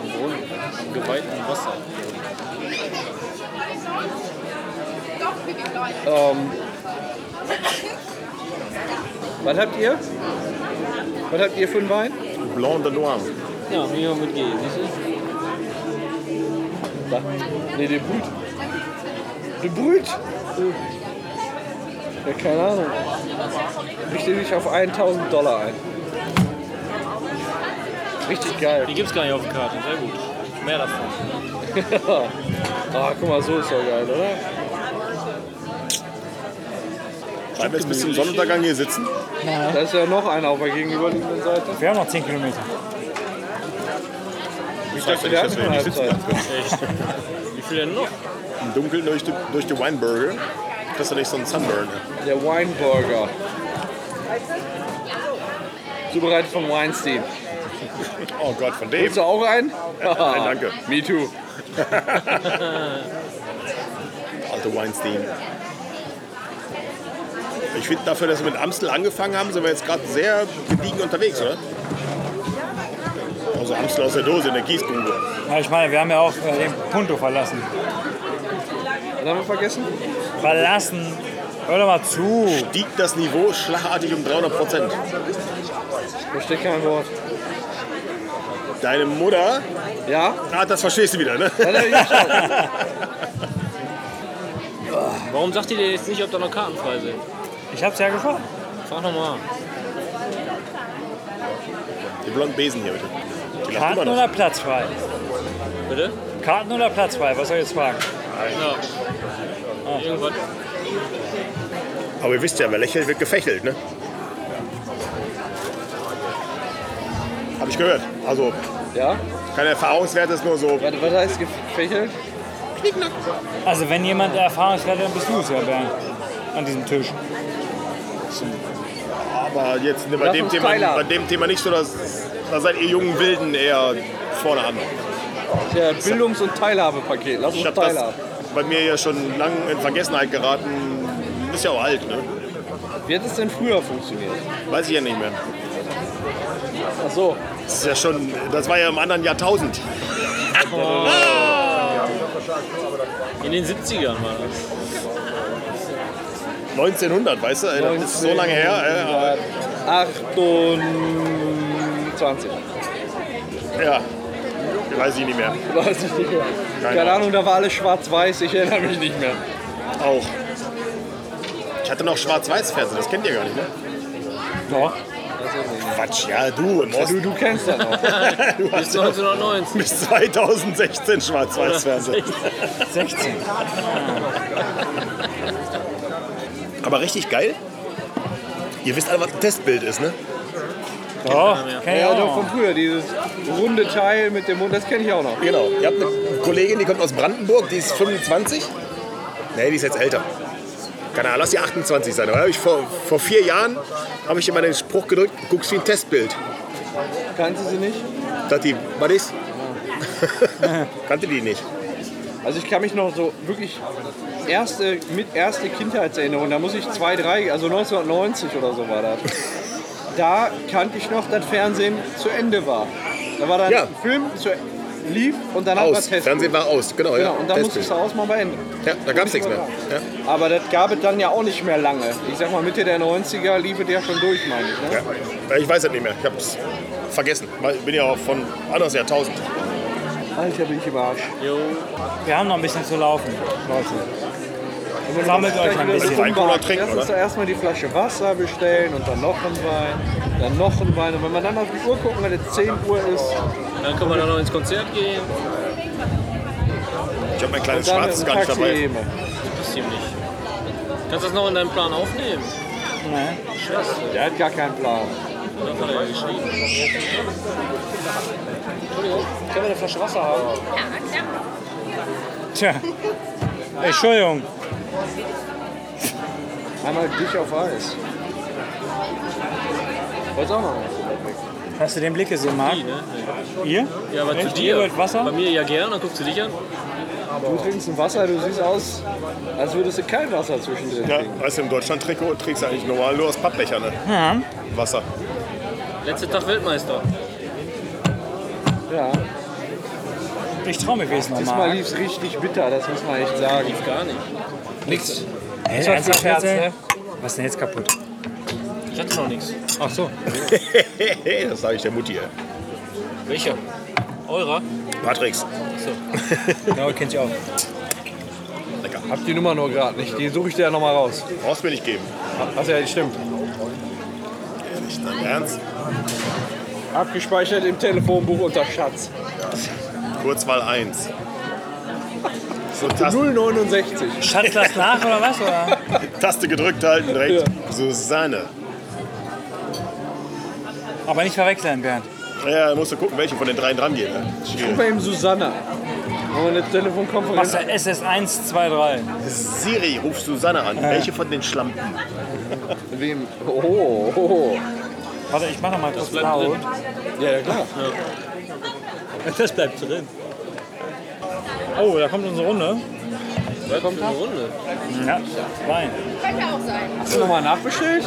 S7: Am Brunnen. Am geweihten Wasser.
S1: Ähm. Was habt ihr? Was habt ihr für einen Wein?
S3: Blanc de Noir.
S7: Ja, wie man mit G, siehst du?
S1: Da. Nee, de Brut. De Brut? Ja, keine Ahnung. Ich stehe mich auf 1000 Dollar ein. Richtig geil.
S7: Die gibt's gar nicht auf den Karten, sehr gut. Mehr davon.
S1: Ah, guck mal, so ist ja geil, oder?
S3: Bleiben wir jetzt bis zum Sonnenuntergang hier sitzen?
S1: Da ist ja noch einer auf der gegenüberliegenden Seite.
S2: Wir haben noch 10 Kilometer.
S3: Ich
S1: dachte, wir hatten schon Halbzeit.
S7: Wie viel denn noch?
S3: Im Dunkeln durch die, durch die Weinburger kriegst du nicht so einen Sunburn.
S1: Der Wineburger. Zubereitet vom Weinstein.
S3: Oh Gott, von dem.
S1: Willst du auch einen?
S3: Nein, danke.
S1: Me too.
S3: Alte Weinstein. Ich finde, dafür, dass wir mit Amstel angefangen haben, sind wir jetzt gerade sehr gediegen unterwegs, oder? Also Amstel aus der Dose in der Gießkugel.
S2: Ja, ich meine, wir haben ja auch äh, den Punto verlassen.
S1: Was haben wir vergessen?
S2: Verlassen? Hör doch mal zu.
S3: Stieg das Niveau schlagartig um 300 Prozent.
S1: Verstehe kein Wort.
S3: Deine Mutter,
S1: Ja?
S3: ah, das verstehst du wieder, ne?
S1: Dann hab ich geschaut.
S7: Warum sagt ihr denn jetzt nicht, ob da noch Karten frei sind?
S2: Ich hab's ja gefragt.
S7: Frag nochmal.
S3: Die blonden Besen hier heute. Die lacht immer
S2: Karten oder
S3: noch.
S2: Platz frei?
S7: Bitte?
S2: Karten oder Platz frei? Was soll ich jetzt fragen?
S7: Ja. Irgendwas.
S3: Aber ihr wisst ja, wer lächelt, wird gefächelt, ne? Hab ich gehört. Also,
S1: Ja?
S3: keine Erfahrungswerte, ist nur so.
S1: Was, was heißt gefächelt?
S2: Also, wenn jemand Erfahrungswert hat, dann bist du es ja, Bernd. An diesem Tisch.
S3: Aber jetzt ne, bei
S1: Lass
S3: dem,
S1: uns
S3: Thema,
S1: Teilhaben.
S3: bei dem Thema nicht so, dass da seid ihr jungen Wilden eher vorne an.
S1: Der Bildungs- und Teilhabepaket. Lass
S3: Ich
S1: uns
S3: habe das
S1: teilhaben.
S3: bei mir ja schon lange in Vergessenheit geraten. Ist ja auch alt, ne?
S1: Wie hat es denn früher funktioniert?
S3: Weiß ich ja nicht mehr.
S1: Ach so.
S3: Das ist ja schon, das war ja im anderen Jahrtausend.
S1: Oh.
S7: In den 70ern war das.
S3: 1900, weißt du? ey, Das ist so lange her.
S1: 28.
S3: Äh, ja. Weiß ich nicht mehr.
S1: Weiß ich nicht mehr.
S3: Keine
S1: Keine Ahnung, da war alles schwarz-weiß, ich erinnere mich nicht mehr.
S3: Auch. Ich hatte noch Schwarz-Weiß-Fernsehen, das kennt ihr gar nicht, ne?
S1: Doch.
S3: Quatsch, ja, du. Im
S1: Du,
S3: Osten.
S1: du kennst das noch.
S3: Du hast ja
S7: 1990.
S3: bis 2016 Schwarz-Weiß-Fernsehen.
S2: 16.
S3: Aber richtig geil. Ihr wisst alle, was ein Testbild ist, ne?
S2: Doch, kenn ich
S1: Ja,
S2: auch
S1: doch
S2: noch.
S1: von früher, dieses runde Teil mit dem Mund, das kenne ich auch noch.
S3: Genau. Ihr habt eine Kollegin, die kommt aus Brandenburg, die ist 25. Nee, die ist jetzt älter. Keine Ahnung, lass die 28 sein. Aber da hab ich vor, vor vier Jahren habe ich immer den Spruch gedrückt, guckst wie ein Testbild.
S1: Kannte sie nicht?
S3: Sagt die, was ist? Kannte die nicht.
S1: Also ich kann mich noch so wirklich erste, mit erste Kindheitserinnerung, da muss ich zwei, drei, also 1990 oder so war das. Da kannte ich noch, dass Fernsehen zu Ende war. Da war dann
S3: Ja.
S1: ein Film zu lief und danach war
S3: Aus.
S1: Test.
S3: Fernsehen war aus, genau.
S1: Genau,
S3: ja.
S1: und dann musste ich
S3: Testbild.
S1: es ausmachen beenden.
S3: Ja, da gab es nichts mehr. Ja.
S1: Aber das gab es dann ja auch nicht mehr lange. Ich sag mal, Mitte der 90er lief es ja schon durch, meine ich. Ne?
S3: Ja. Äh, Ich weiß es nicht mehr. Ich hab's vergessen. Weil Ich bin ja auch von anderes Jahrtausend.
S1: Alter, bin ich im Arsch.
S2: Wir haben noch ein bisschen zu laufen, Leute. Sammelt euch mal ein bisschen.
S3: Weincola trinken,
S1: Lass uns
S3: oder?
S1: doch erstmal die Flasche Wasser bestellen und dann noch ein Wein, dann noch ein Wein. Und wenn wir dann auf die Uhr gucken, wenn es 10 Uhr ist,
S7: Dann können wir dann noch ins Konzert gehen.
S3: Ich habe mein kleines
S1: dann
S3: Schwarzes
S1: ein
S3: gar nicht
S1: Taxi
S3: dabei.
S1: nehmen.
S7: Das ziemlich. Kannst du das noch in deinem Plan aufnehmen?
S1: Der hat gar keinen Plan.
S7: Das hat er ja geschrieben.
S2: Tja. Entschuldigung.
S1: Einmal dich auf Eis. Wollt's auch noch was?
S2: Hast du den Blick gesehen, Marc?
S7: Die, ne?
S2: Ihr?
S7: Ja, aber zu
S2: Echt?
S7: dir.
S2: Ihr wollt Wasser?
S7: Bei mir ja gern, dann guckst du dich an.
S1: Du trinkst ein Wasser, du siehst aus, als würdest du kein Wasser zwischendrin
S3: Ja,
S1: trinken.
S3: weißt du, im Deutschland-Trikot trinkst du eigentlich normal nur aus Pappbechern. Ne? Wasser.
S7: Letzter Tag Weltmeister.
S1: Ja,
S2: Ich trau mich wenigstens noch
S1: diesmal
S2: mal.
S1: lief's richtig bitter, das muss man echt sagen.
S7: Lief gar nicht. Nix.
S2: Hä, ernsthaft jetzt, ey? Was ist denn jetzt kaputt?
S7: Ich hatte noch nichts.
S2: Ach so.
S3: das sage ich der Mutti. ey.
S7: Welcher? Eurer?
S3: Patricks.
S2: Genau, kennt ihr auch.
S3: Lecker.
S1: Hab die Nummer nur gerade nicht, die suche ich dir ja nochmal raus.
S3: Brauchst mir nicht geben.
S1: Ach ja, stimmt.
S3: Nicht dein Ernst.
S1: Abgespeichert im Telefonbuch unter Schatz.
S3: Kurzwahl 1. So Taste,
S1: 069.
S2: Schatz, lass nach oder was? Oder?
S3: Taste gedrückt halten direkt. Susanne.
S2: Aber nicht verwechseln, Bernd.
S3: Ja, da musst du gucken, welche von den dreien dran geht. Ne? Schwierig.
S1: Bei ihm Susanna. Wenn man eine Telefonkonferenz.
S2: Wasser SS123.
S3: Siri, ruf Susanne an. Welche von den Schlampen?
S1: Wem? Oh, oh.
S2: Warte, ich mache mal kurz
S7: bleibt
S2: laut.
S7: drin.
S1: Ja, ja, klar.
S2: Das bleibt drin. Oh, da kommt unsere Runde.
S7: Wer kommt in die Runde?
S2: Ja, Wein.
S1: Hast du nochmal nachbestellt?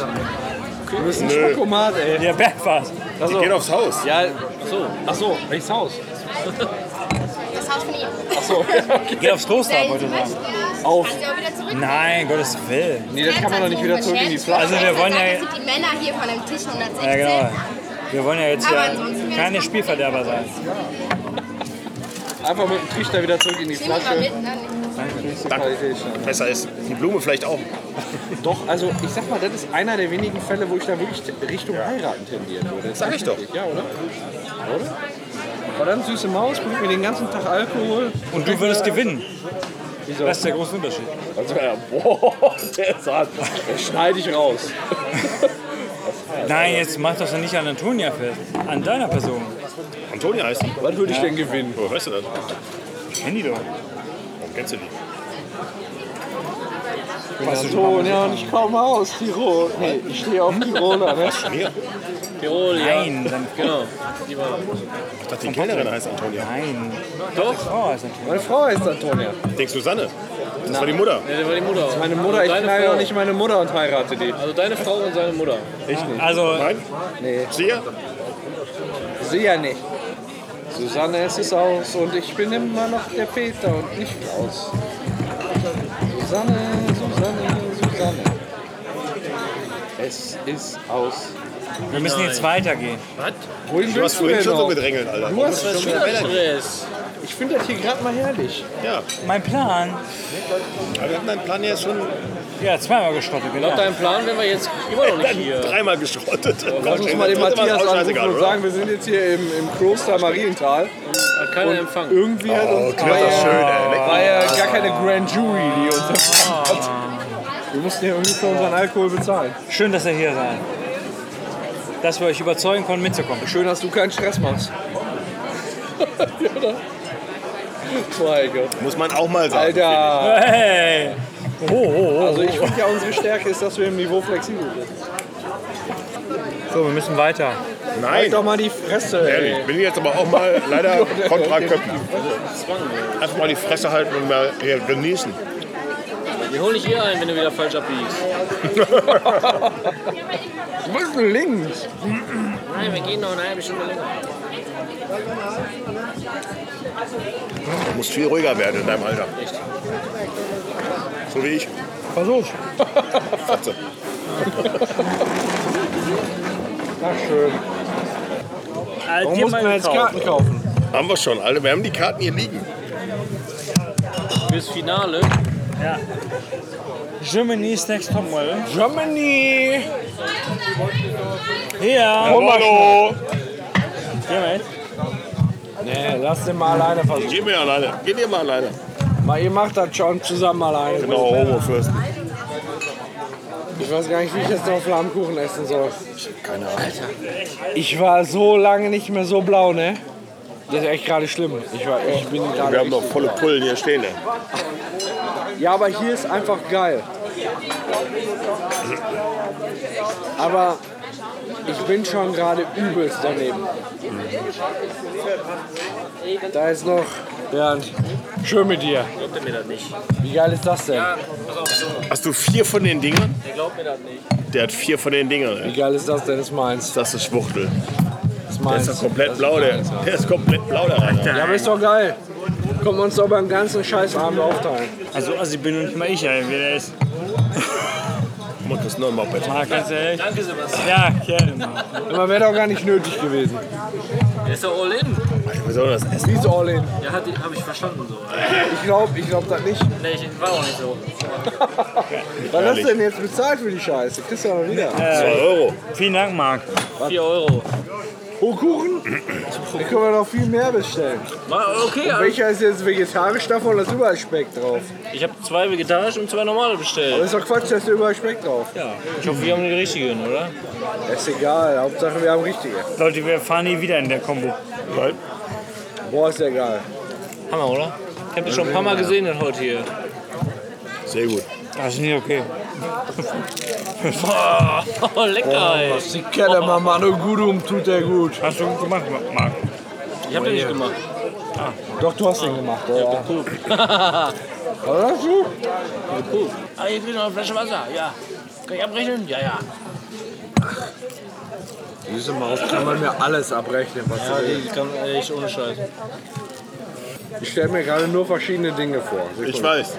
S1: Du bist ein Schokomat, ey.
S2: Ja, Bernd war's.
S3: Die gehen aufs Haus.
S1: Ja, achso. Achso, welches Haus?
S14: Das Haus von ihm.
S1: Achso.
S2: Geht aufs Kloster, wollte ich sagen.
S14: Auf. Kann sie auch wieder zurück.
S2: Nein, Gottes Willen.
S1: Nee, das kann man doch nicht wieder zurück in die Flasche.
S2: Also wir wollen ja...
S14: Das sind die Männer hier von dem Tisch 116.
S2: Ja, genau. Wir wollen ja jetzt
S14: Aber
S2: ja
S14: ansonsten wäre das
S2: keine
S14: ganz
S2: Spielverderber sein.
S1: Einfach mit dem Trichter wieder zurück in die
S14: Nimm die mal
S1: Flasche.
S14: mit. Nein,
S1: Nächste
S3: Danke.
S1: Qualität schon.
S3: Besser ist. Die Blume vielleicht auch.
S1: Doch, also ich sag mal, das ist einer der wenigen Fälle, wo ich da wirklich Richtung heiraten tendieren würde.
S3: Sag ich doch.
S1: Ja, oder? Oder? Verdammt süße Maus, bringt mir den ganzen Tag Alkohol.
S2: Und du würdest gewinnen.
S1: Wieso?
S2: Das ist der große Unterschied.
S1: Also, ja, boah, der ist hart. Das schneide ich raus.
S2: Nein, jetzt mach das doch nicht an Antonia fest. An deiner Person.
S3: Antonia heißt die.
S1: Was würde ich denn gewinnen?
S3: Woher weißt Oh, du das?
S2: Kenn die doch.
S3: Warum kennst du die?
S1: Oh,
S9: Antonia und ich komme aus Tirol. Nee, ich stehe auf Tiroler, ne?
S7: Tirol, ja.
S2: Nein, dann-
S7: genau. Die war
S3: Ich dachte, die Kellnerin heißt Antonia.
S2: Nein.
S7: Doch,
S2: Oh, ist natürlich.
S1: Meine Frau heißt Antonia.
S3: Denkst du Sanne? Das war die Mutter.
S7: ja, die war die Mutter. auch.
S1: Meine Mutter, ich
S7: Deine
S1: knall
S7: Frau.
S1: doch nicht meine Mutter und heirate die.
S7: Also deine Frau und seine Mutter.
S2: Also,
S3: Nein? Nee. Sie ja?
S1: Sie ja nicht. Susanne, es ist aus und ich bin immer noch der Peter und nicht Klaus. Susanne, Susanne, Susanne. Es ist aus.
S2: wir müssen jetzt weitergehen.
S7: Was?
S1: Wohin
S3: Du
S1: willst du
S3: hast vorhin
S1: denn
S3: schon so
S1: noch?
S3: gedrängelt, Alter.
S1: Du hast
S7: Was ist denn das für ein Stress?
S1: Ich finde das hier gerade mal herrlich.
S3: Ja.
S2: Mein Plan?
S3: Aber wir hatten deinen Plan ja schon
S2: Ja, zweimal geschrottet,
S7: Laut
S2: genau.
S7: deinem Plan wären wir jetzt immer noch nicht hier.
S3: dreimal geschrottet.
S1: Lass uns mal den Matthias anrufen und sagen, wir sind jetzt hier im, im
S3: Ah,
S1: Kloster Marienthal.
S7: Hat keiner empfangen.
S1: Irgendwie hat
S3: Oh,
S1: uns
S3: klingt das schön, ey. Leck
S1: war ja gar keine Grand Jury, die uns empfangen
S3: Ah.
S1: hat. Wir mussten ja irgendwie für unseren Alkohol bezahlen.
S2: Schön, dass ihr hier seid. Dass wir euch überzeugen konnten, mitzukommen.
S1: Schön, dass du keinen Stress machst. mein Gott.
S3: Muss man auch mal sagen.
S1: Alter.
S2: Hey! Oh, oh, oh.
S1: Also ich finde ja, unsere Stärke ist, dass wir im Niveau flexibel sind.
S2: So, wir müssen weiter.
S1: Halt
S3: Nein.
S1: doch mal die Fresse, ey.
S3: Ehrlich, bin ich jetzt aber auch mal leider kontra Köppen. Einfach mal die Fresse halten und mal hier genießen.
S7: Wir holen dich hier ein, wenn du wieder falsch abbiegst.
S1: Du bist links.
S7: Nein, wir gehen noch eine halbe Stunde länger.
S3: Du musst viel ruhiger werden in deinem Alter. Echt? So wie ich.
S1: Versuch.
S3: Fatze.
S1: Ach, schön. Warum muss man jetzt Karten kaufen?
S3: Haben wir schon, Alter. Wir haben die Karten hier liegen.
S7: Fürs Finale.
S2: Germany's Next Topmodel.
S1: Germany.
S2: Ja,
S3: Hallo.
S2: ja, mate.
S1: Nee, lass den mal alleine versuchen.
S3: Geh mir alleine. Geh dir mal alleine.
S1: Mal, ihr macht das schon zusammen alleine.
S3: Genau, Homofürst.
S1: Ich weiß gar nicht, wie ich jetzt noch Flammkuchen essen soll. Keine Ahnung. Ich war so lange nicht mehr so blau, ne? Das ist echt gerade schlimm. Ich, war, ich bin
S3: Wir
S1: gerade.
S3: haben noch volle Pullen hier stehen. Ey.
S1: Ja, aber hier ist einfach geil. Aber ich bin schon gerade übelst daneben. Da ist noch Bernd. Schön mit dir.
S7: Glaubt er mir das nicht?
S1: Wie geil ist das denn?
S3: Hast du vier von den Dingern?
S7: Der glaubt mir das nicht.
S3: Der hat vier von den Dingern. Ey.
S1: Wie geil ist das denn? Ist meins.
S3: Das ist Schwuchtel.
S1: Ist
S3: Der ist
S1: meins.
S3: doch komplett blau, der. Der ist komplett blau, der Rainer.
S1: Ja, aber ist doch geil. Können wir uns doch beim ganzen Scheißabend aufteilen.
S2: Also, also ich bin noch nicht mal ich, ey, wie der ist.
S3: Guck mal, das ist noch ein Moped.
S2: Marc, ganz ehrlich.
S7: Danke, Sebastian.
S2: Ja, gerne.
S1: Aber wäre doch gar nicht nötig gewesen.
S7: Der ist doch all in.
S3: Wir sollen das essen.
S1: Die ist all in.
S7: Ja, hat, hab ich verstanden so.
S1: Ich glaube, ich glaube das nicht.
S7: Nee, ich war auch nicht so.
S1: Was hast du denn jetzt bezahlt für die Scheiße? Kriegst du ja noch wieder.
S3: 2 Euro.
S2: Vielen Dank, Marc.
S7: 4 Euro.
S1: Oh, Kuchen? Da können wir noch viel mehr bestellen.
S7: War okay, also
S1: Welcher ist jetzt vegetarisch davon? Da ist überall Speck drauf.
S7: ich habe zwei vegetarisch und zwei normale bestellt.
S1: Das ist doch Quatsch, da ist überall Speck drauf.
S7: Ja. Ich hoffe, wir haben den richtigen, oder?
S1: Ist egal, Hauptsache wir haben richtige.
S2: Leute, wir fahren nie wieder in der Kombo.
S3: Nein.
S1: Boah, ist ja geil.
S7: Hammer, oder? Ich habe dich schon ein paar Mal gesehen das heute hier.
S3: Sehr gut.
S2: Das ist nicht okay.
S7: Boah, Oh, lecker, ey.
S1: Die Kelle, Mama, nur gut um, tut der gut.
S2: Hast du gut gemacht, Marc.
S7: Ich habe den nicht gemacht.
S1: Doch, du hast den gemacht, oder?
S7: Puh.
S1: Oder du?
S7: Puh. Ah, hier kriegt noch eine Flasche Wasser. Ja. Kann ich abrechnen? Ja, ja.
S1: Diese Maus kann man mir alles abrechnen, was sie will.
S7: Ah, Die kann echt ohne Scheiß.
S1: Ich stelle mir gerade nur verschiedene Dinge vor.
S3: Ich weiß.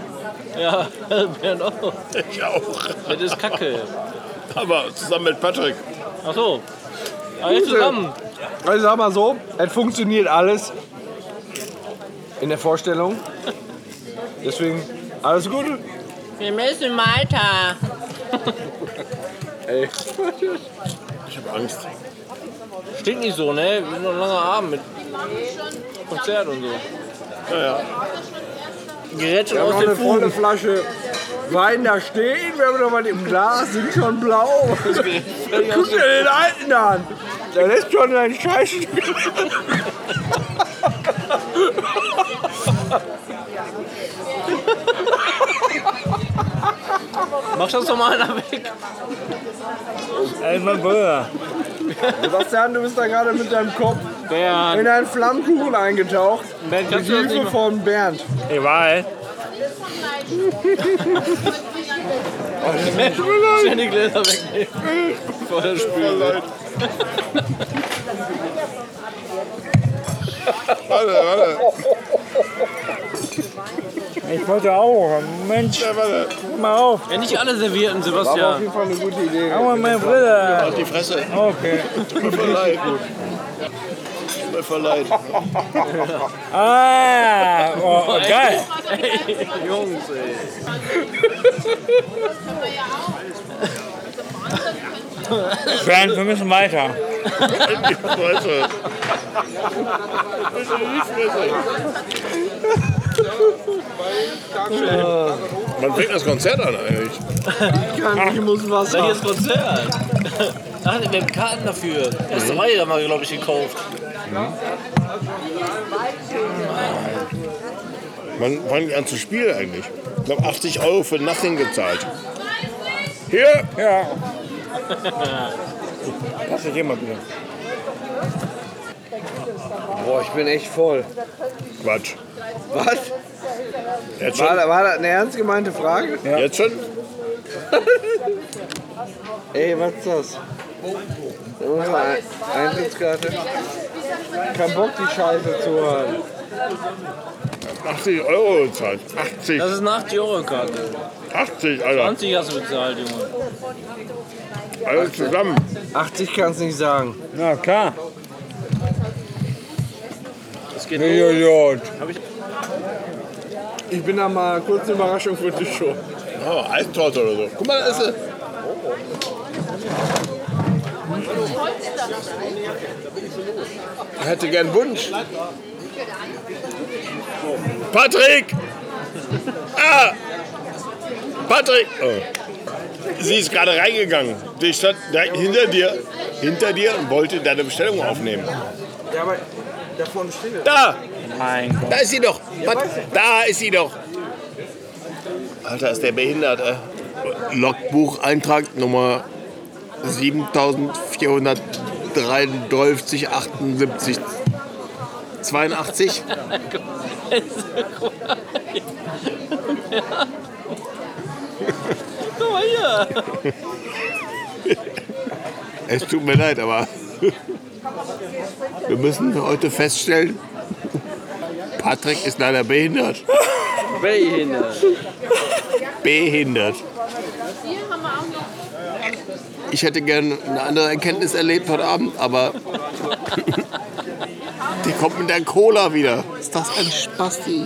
S7: Ja, Bernd auch.
S3: Ich auch.
S7: Das ist Kacke.
S3: Aber zusammen mit Patrick.
S7: Ach so. Alle zusammen.
S1: Also sag mal so, es funktioniert alles in der Vorstellung. Deswegen alles Gute.
S13: Wir müssen weiter.
S1: Ey.
S3: Ich habe Angst.
S7: Stinkt nicht so, ne? Wir sind noch ein langer Abend mit Konzert und so.
S3: Ja, ja.
S7: Gerätschen
S1: Wir haben
S7: aus
S1: noch
S7: den
S1: eine volle
S7: Fugen.
S1: Flasche Wein da stehen, wir haben noch was im Glas, sind schon blau. Guck dir den Alten an. Der lässt schon seinen Scheiß.
S7: Mach das doch mal einer weg.
S2: Ey, mein Bruder.
S1: Sebastian, du bist da gerade mit deinem Kopf in
S7: Bernd,
S1: einen Flammkuchen eingetaucht.
S7: Bernd,
S1: Mit
S7: kannst du das nicht
S1: Hilfe
S7: machen?
S1: von Bernd.
S2: Egal.
S7: Schnell die Gläser wegnehmen. Vor der Spüle.
S3: Warte, warte,
S2: Ich wollte auch. Mensch,
S3: warte.
S2: guck mal auf.
S7: Ja, nicht alle Servierten, Sebastian.
S1: jeden Fall eine gute Idee.
S2: Guck mal, mein Bruder.
S3: Die Fresse.
S2: Okay.
S3: Tut mir verleid. Tut mir verleid.
S2: Ah, oh, geil.
S7: Jungs, ey.
S2: Bernd, wir müssen weiter.
S3: Die Fresse. Bitte die Fresse. Wann fängt das Konzert an eigentlich?
S1: Ich muss was
S7: Seid ihr ins Konzert? Ach, wir haben Karten dafür. Erste Reihe haben wir, glaube ich, gekauft.
S3: Wann fangen die an zu spielen eigentlich? Ich habe 80 Euro für Nothing gezahlt. Hier!
S2: Ja. Lass dich jemand wieder.
S1: Boah, ich bin echt voll.
S3: Quatsch.
S1: Was?
S3: Jetzt
S1: War,
S3: schon?
S1: war das eine ernst gemeinte Frage?
S3: Jetzt schon?
S1: Ey, was ist das?
S7: Oh,
S1: Unsere Eintrittskarte. Kein Bock, die Scheiße zu hören.
S3: 80 Euro gezahlt. 80.
S7: Das ist eine 80-Euro-Karte.
S3: 80, Alter.
S7: 20 hast du bezahlt, Junge.
S3: Alles zusammen.
S1: 80 kann's nicht sagen.
S2: Na klar.
S7: Das geht
S2: Du
S7: los.
S2: Idiot.
S1: Ich bin da mal kurz eine Überraschung für die Show.
S3: Oh, Eistorte oder so. Guck mal, da ist sie. Ich hätte gern Wunsch. Patrick! Ah! Patrick! Oh. Sie ist gerade reingegangen. Die stand direkt hinter dir, hinter dir und wollte deine Bestellung aufnehmen.
S1: Ja, aber davon steht
S3: Da!
S2: Mein Gott.
S3: Da ist sie doch! Pat da ist sie doch! Alter, ist der behindert, ey. Logbucheintrag Nummer 7453, 78, 82.
S7: Guck mal hier.
S3: Es tut mir leid, aber wir müssen heute feststellen, Patrick ist leider behindert.
S7: Behindert.
S3: Behindert. Ich hätte gern eine andere Erkenntnis erlebt heute Abend, aber die kommt mit der Cola wieder. Ist das ein Spasti?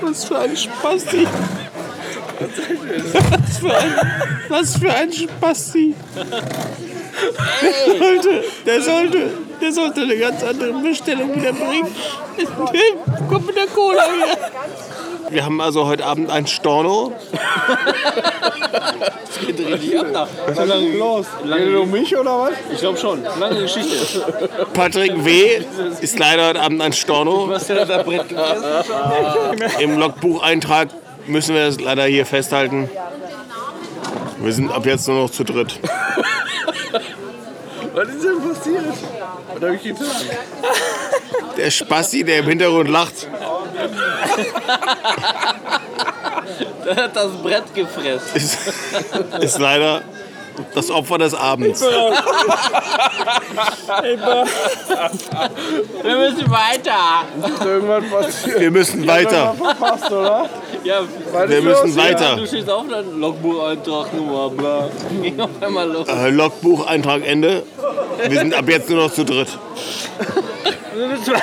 S3: Was für ein Spasti? Was für ein, was für ein Spasti? Der sollte, der sollte, der sollte eine ganz andere Bestellung wieder bringen. Der kommt mit der Cola wieder. Wir haben also heute Abend ein Storno.
S1: Was ist denn los? Geht es um mich oder was?
S7: Ich glaube schon. Lange Geschichte.
S3: Patrick W. ist leider heute Abend ein Storno.
S7: Was hat da Brett gegessen?
S3: Im Logbucheintrag müssen wir das leider hier festhalten. Wir sind ab jetzt nur noch zu dritt.
S1: Was ist denn passiert? Was hab ich getan?
S3: Der Spasti, der im Hintergrund lacht.
S7: Der hat das Brett gefressen.
S3: ist, ist leider das Opfer des Abends.
S7: Wir müssen weiter.
S1: Ist irgendwas passiert?
S3: Wir müssen weiter.
S1: Verpasst, oder?
S7: Ja,
S3: Wir müssen
S7: du
S3: weiter.
S7: stehst auf deinem Logbucheintrag Nummer, bla. Ging auf einmal los.
S3: Äh, Logbucheintrag Ende. Wir sind ab jetzt nur noch zu dritt.
S2: Wir müssen we-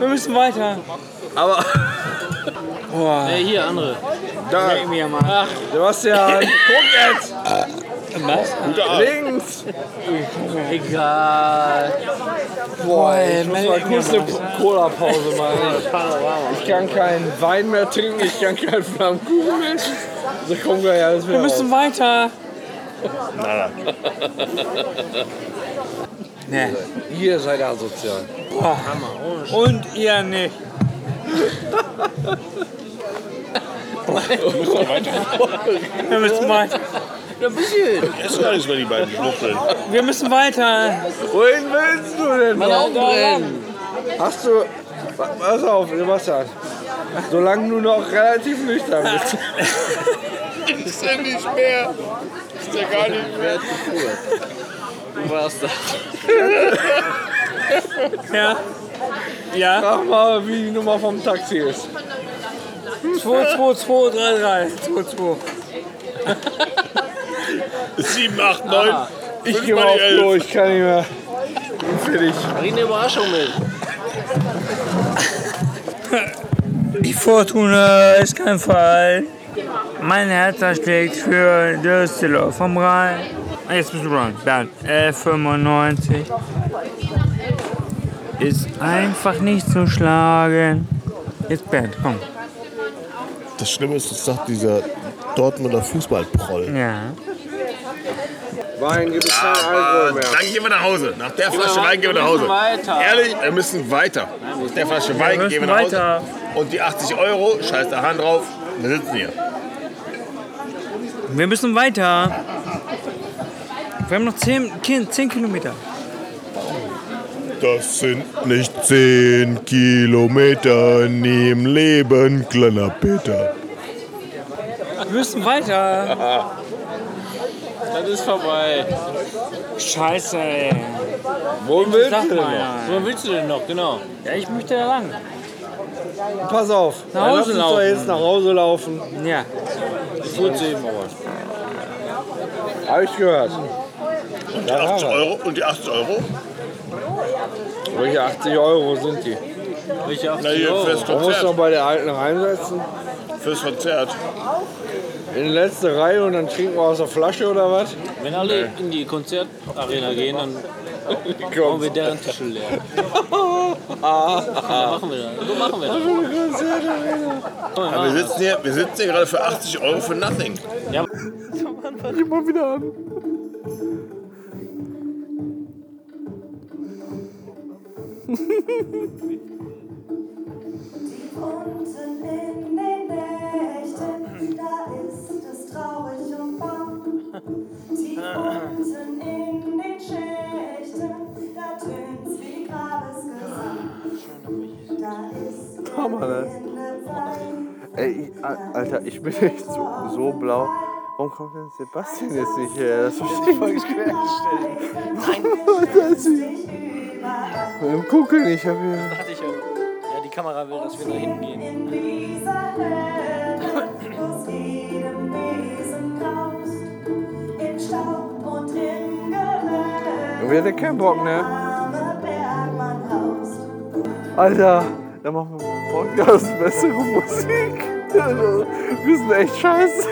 S2: Wir müssen weiter.
S7: Aber. Ey, hier, andere.
S2: Leck mich am Arsch.
S1: Sebastian, guck jetzt! Links!
S7: Egal.
S1: Boah, ich muss mal kurz eine Cola-Pause machen. Ich kann keinen Wein mehr trinken, ich kann keinen Flammkuchen mehr. essen. So kommt gleich alles wieder
S2: Wir müssen weiter.
S1: raus. Ihr seid asozial.
S2: Und ihr nicht.
S15: Wir müssen weiter.
S3: Ein bisschen. Ist gar nichts, wenn die beiden schnuppeln.
S15: Wir müssen weiter.
S1: Wohin willst du denn?
S3: Meine Augen
S1: noch?
S3: brennen.
S1: Hast du. Pa- Pass auf, Sebastian. Solange du noch relativ nüchtern bist.
S16: Ich seh nicht mehr. Ich seh gar nicht mehr.
S7: Du warst da.
S15: Ja. Ja.
S1: Frag mal, wie die Nummer vom Taxi ist.
S15: 22233. 22.
S3: 7, 8, 9.
S1: Ich geh mal auf Klo, ich kann nicht mehr. Bin fertig.
S7: Bring eine Überraschung mit.
S2: Die Fortuna ist kein Fall. Mein Herz schlägt für Düsseldorf vom Rhein. Ah, Jetzt bist du dran. Bernd. F95 ist einfach nicht zu schlagen. Jetzt Bernd, komm.
S3: Das Schlimme ist, das sagt dieser Dortmunder Fußballproll.
S2: Ja.
S1: Wein gibt es keinen Alkohol
S3: Aber
S1: mehr.
S3: dann gehen wir nach Hause. Nach der Flasche Wein gehen also, Genau, wir nach Hause. Ehrlich, wir müssen weiter. Nach der Flasche Wein gehen wir nach Hause. Und die 80 Euro, scheiß der Hahn drauf, wir sitzen hier.
S2: Wir müssen weiter. Wir haben noch 10, 10 Kilometer.
S3: Das sind nicht 10 Kilometer, nie im Leben, kleiner Peter.
S15: Wir müssen weiter.
S7: Das ist vorbei.
S2: Scheiße, ey.
S1: Wo willst du denn noch?
S7: Wo willst du denn noch? Genau.
S2: Ja, ich möchte da lang.
S1: Pass auf,
S2: Nach
S1: dann lass
S2: Hause
S1: uns doch
S2: laufen.
S1: jetzt nach Hause laufen.
S2: Ja.
S1: Ich wurde sie eben aber. Hab ich gehört.
S3: Und die
S1: Da waren
S3: 80
S1: wir.
S3: Euro? Und die 80 Euro?
S1: Welche 80 Euro sind die?
S7: Welche 80
S3: Na hier,
S7: Euro?
S3: fürs
S1: Man muss noch
S3: Konzert.
S1: bei der alten reinsetzen.
S3: Fürs Konzert.
S1: In die letzte Reihe und dann trinken wir aus der Flasche oder was?
S7: Wenn alle in die Konzertarena gehen, dann brauchen wir deren Tische leer. Was machen wir da? Wo machen wir das?
S3: Aber wir sitzen hier, wir sitzen hier gerade für 80 Euro für nothing.
S9: Immer wieder an.
S17: Unten in den Nächten, da ist es traurig und bang. Tief unten in den Schächten, da tönt's wie Grabesgesang. Da ist
S1: Komm mal, Ey, ich- Al- Alter, ich bin echt so, so blau. Warum kommt denn Sebastian jetzt nicht her? Das verstehe ich voll schwer. Gucke nicht, ich hab hier.
S7: Hatte ich ja. Ja, die Kamera will, dass wir da hingehen.
S17: dieser Hölle, wo's jedem Wesen graust, im Staub und im Geröll,
S1: Wir hätten keinen Bock, ne?
S17: arme Bergmann haust.
S1: Alter, dann machen wir mal einen Podcast, bessere Musik. Wir sind echt scheiße.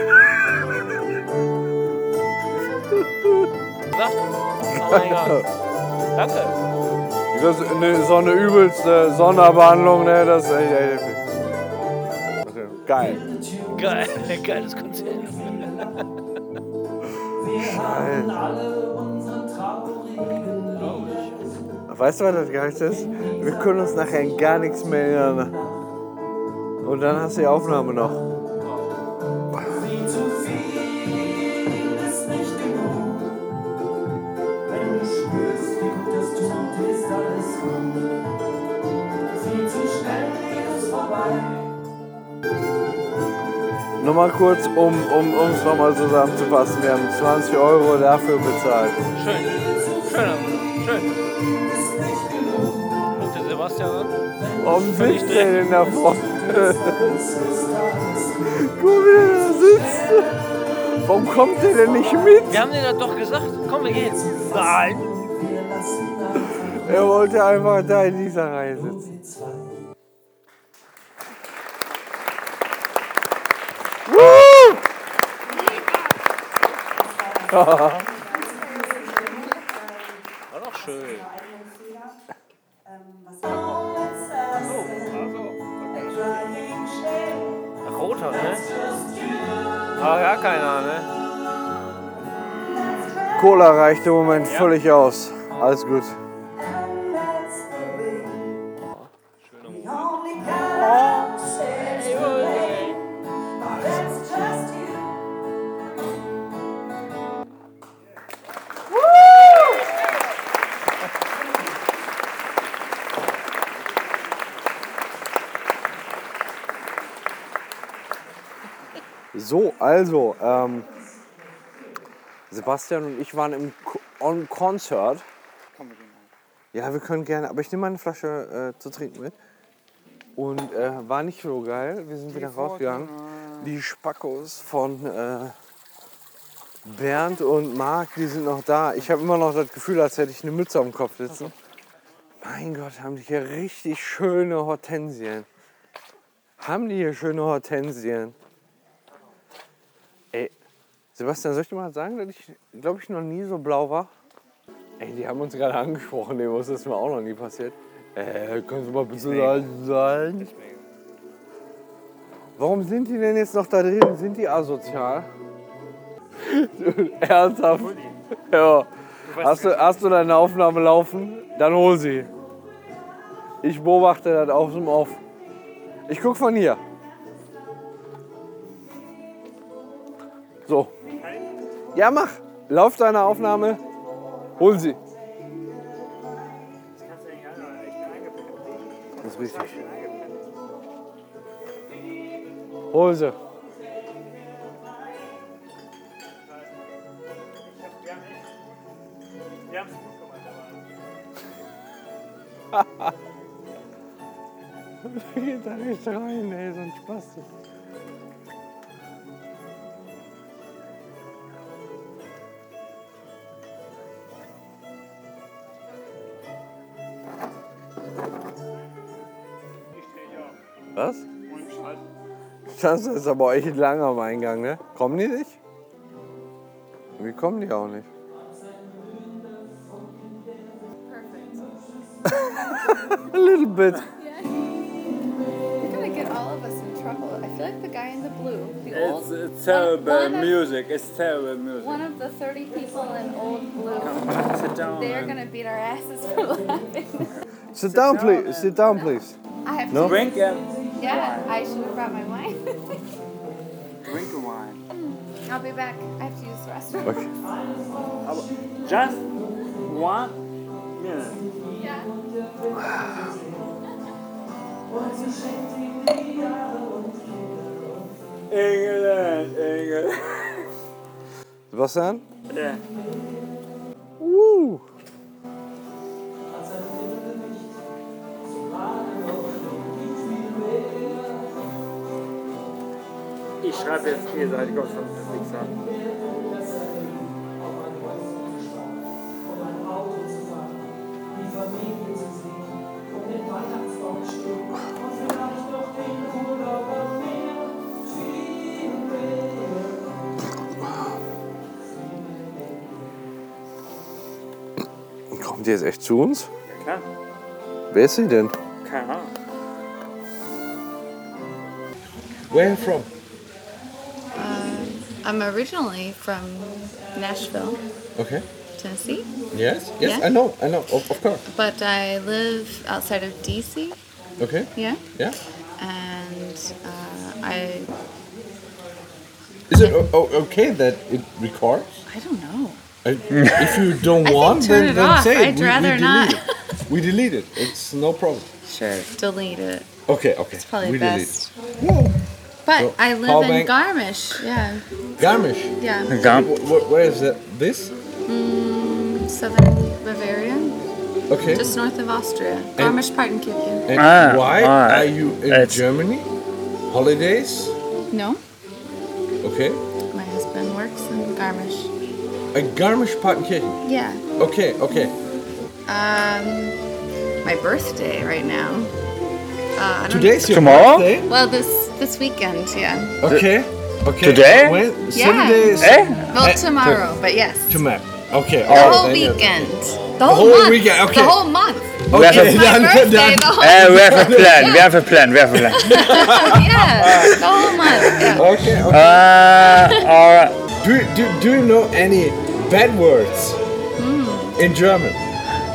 S3: Oh
S7: Danke.
S9: Das ist eine, so eine übelste Sonderbehandlung, ne? Das ist echt, echt okay. Geil.
S7: Geil, geiles Konzert.
S1: Weißt du, was das Geilste ist? Wir können uns nachher an gar nichts mehr erinnern. Und dann hast du die Aufnahme noch.
S17: Viel zu viel ist nicht genug. Wenn du spürst, wie gut es tut, ist alles gut. Viel zu schnell geht es vorbei.
S9: Nochmal kurz, um es um, um's nochmal zusammenzufassen. Wir haben 20 Euro dafür bezahlt.
S7: Schön. Schön. Schön. Guck dir Sebastian an.
S9: Um sich in der Front.
S1: Guck mal, wie der da sitzt. Warum kommt der denn nicht mit?
S7: Wir haben dir das doch gesagt. Komm, wir gehen. Nein.
S1: Er wollte einfach da in dieser Reihe sitzen. Woo!
S7: War doch schön.
S17: Ähm,
S7: Roter, ne?
S1: Aber gar keiner, ne? Cola reicht im Moment völlig aus. Alles gut.
S17: Only God saves the way.
S9: So, also, ähm, Sebastian und ich waren im Ko- on Concert. Ja, wir können gerne, aber ich nehme mal eine Flasche äh, zu trinken mit. Und äh, war nicht so geil. Wir sind wieder rausgegangen. Die Spackos von äh, Bernd und Marc, die sind noch da. Ich habe immer noch das Gefühl, als hätte ich eine Mütze am Kopf sitzen. Mein Gott, haben die hier richtig schöne Hortensien. Haben die hier schöne Hortensien? Ey, Sebastian, soll ich dir mal sagen, dass ich, glaube ich, noch nie so blau war? Ey, die haben uns gerade angesprochen, dem ist das mir auch noch nie passiert. Äh, können Sie mal bitte leise sein? Warum sind die denn jetzt noch da drin? Sind die asozial? Ernsthaft? Ja. Hast du, hast du deine Aufnahme laufen? Dann hol sie. Ich beobachte das auf dem Off. Ich guck von hier. So. Ja, mach. Lauf deine Aufnahme. Hol sie. Das ist richtig. Hol sie.
S18: Geht da nicht rein, ey, so ein Spaß.
S9: Was? Das ist aber echt lang am Eingang, ne? Kommen die nicht? Wie kommen die auch nicht? A little bit.
S8: You're gonna get all of us in trouble. I feel like the guy in the blue, the
S19: It's,
S8: old,
S19: it's terrible
S8: one of-
S19: music. It's terrible music.
S8: one of the 30 people in old blue.
S19: Sit down,
S8: They're
S19: man.
S8: gonna beat our asses for laughing.
S9: Sit down, please. Sit down, please.
S8: I have
S9: No?
S8: to
S9: Drink
S8: Yeah, I should have brought my wine.
S19: Drink wine.
S8: I'll be back. I have to use the restroom.
S9: Okay.
S19: Aber just one minute.
S20: England, England.
S9: Sebastian?
S20: Ja.
S9: Woo.
S2: Ich schreibe jetzt, ihr seid Gottverflixer.
S9: Kommt die jetzt echt zu uns?
S2: Ja, klar.
S9: Wer ist sie denn?
S2: Keine Ahnung.
S4: Where from?
S8: I'm originally from Nashville,
S4: Okay.
S8: Tennessee,
S4: Yes? Yes,
S8: Yeah.
S4: I know, I know, of, of course.
S8: but I live outside of DC.
S4: Okay.
S8: Yeah.
S4: Yeah.
S8: And uh, I
S4: Is it o- o- Oh, okay that it records?
S8: I don't know.
S4: I- Äh, If you don't
S8: I think
S4: want,
S8: turn
S4: then,
S8: it
S4: then
S8: off.
S4: say it.
S8: I'd rather not.
S4: Delete it. We delete it. It's no problem.
S8: Sure. Delete it.
S4: Okay, okay.
S8: It's probably
S4: we
S8: best.
S4: delete it.
S8: But
S4: So,
S8: I live
S4: power
S8: in
S4: bank.
S8: Garmisch. Yeah.
S4: Garmish.
S8: Yeah.
S4: Garm- where is that? This?
S8: Mm, southern Bavaria.
S4: Okay.
S8: Just north of Austria. Garmisch-Partenkirchen.
S4: And why are you in Germany? Holidays?
S8: No,
S4: Okay.
S8: my husband works in Garmisch.
S4: A Garmisch-Partenkirchen.
S8: Yeah.
S4: Okay, okay.
S8: Um, my birthday right now. Uh, I don't-
S4: Today's your
S2: Tomorrow?
S4: birthday?
S8: Well, this this weekend, yeah.
S4: Okay. Okay.
S2: Today?
S4: When?
S8: Yeah.
S4: Saturday is-
S8: Eh?
S4: Eh,
S8: Well, tomorrow, but yes.
S4: Tomorrow.
S2: Oh.
S4: Okay.
S8: The whole weekend. The whole,
S4: whole
S8: month.
S4: weekend, okay.
S8: The whole month.
S2: We have,
S8: It's my
S2: a,
S8: birthday, the whole
S2: Eh, we have a plan. We have a plan. We have a plan.
S8: yeah, the whole month. Yeah.
S4: Okay. okay.
S2: Uh,
S4: do, you- do, do you know any bad words
S8: Mm.
S4: in German?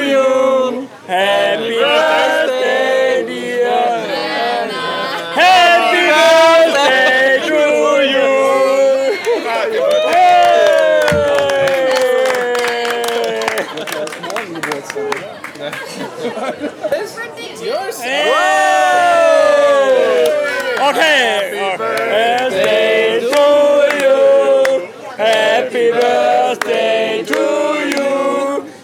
S2: you. Happy birthday, dear. Happy birthday to you. Okay. Birthday to you. Happy birthday to you.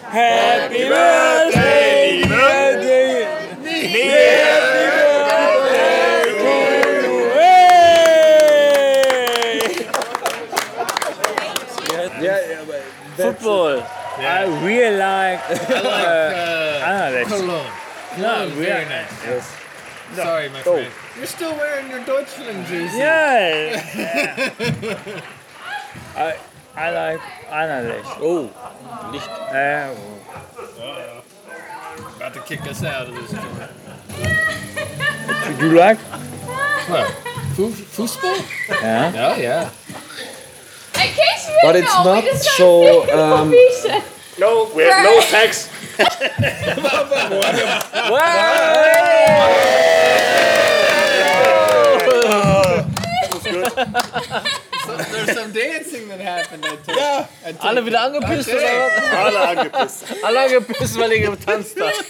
S2: Happy birthday. Happy birthday. Football. I really like. uh, I like.
S21: Cologne.
S2: No,
S21: Cologne,
S2: we
S21: very
S2: are-
S21: nice.
S2: Yes.
S21: Sorry, my
S2: Oh.
S21: friend. You're still wearing your Deutschland jersey.
S2: Yeah. I, I like Anderlecht. Oh, Licht. Uh,
S21: About to kick us out of this joint.
S2: you like?
S21: Well, fu- foosball?
S2: Yeah.
S21: Oh, yeah.
S22: In case you
S4: But it's not so. Um,
S2: No, we
S22: have no
S2: sex.
S21: There's some dancing that happened. I think.
S7: Ja.
S21: I think.
S7: Alle wieder angepisst
S21: Okay.
S7: oder was? Alle angepisst, weil ihr getanzt habt.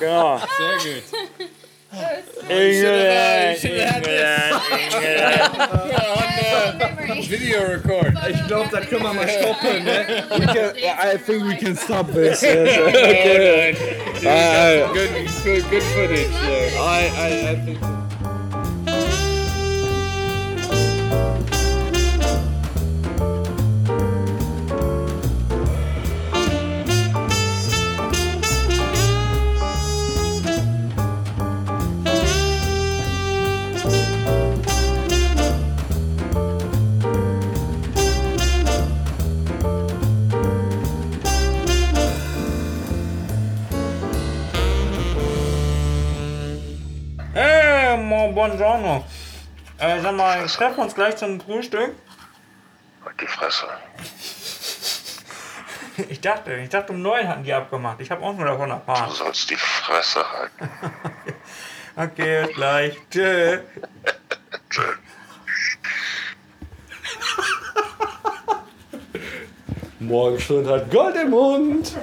S2: Genau.
S21: Sehr gut.
S2: England,
S21: Video record.
S4: Ich glaube, da können wir mal stoppen. Ne? We can- I think we can stop this.
S21: Okay.
S4: Äh,
S21: Good, good, good footage. there. I, I, I think.
S2: Hey, mo- buongiorno. Äh, sag mal, treffen wir uns gleich zum Frühstück?
S3: Halt Die Fresse.
S2: Ich dachte, ich dachte um neun hatten die abgemacht. Ich habe auch nur davon erfahren.
S3: Du sollst die Fresse halten.
S2: Okay, bis gleich. Tschö.
S4: Morgenstund hat Gold im Mund.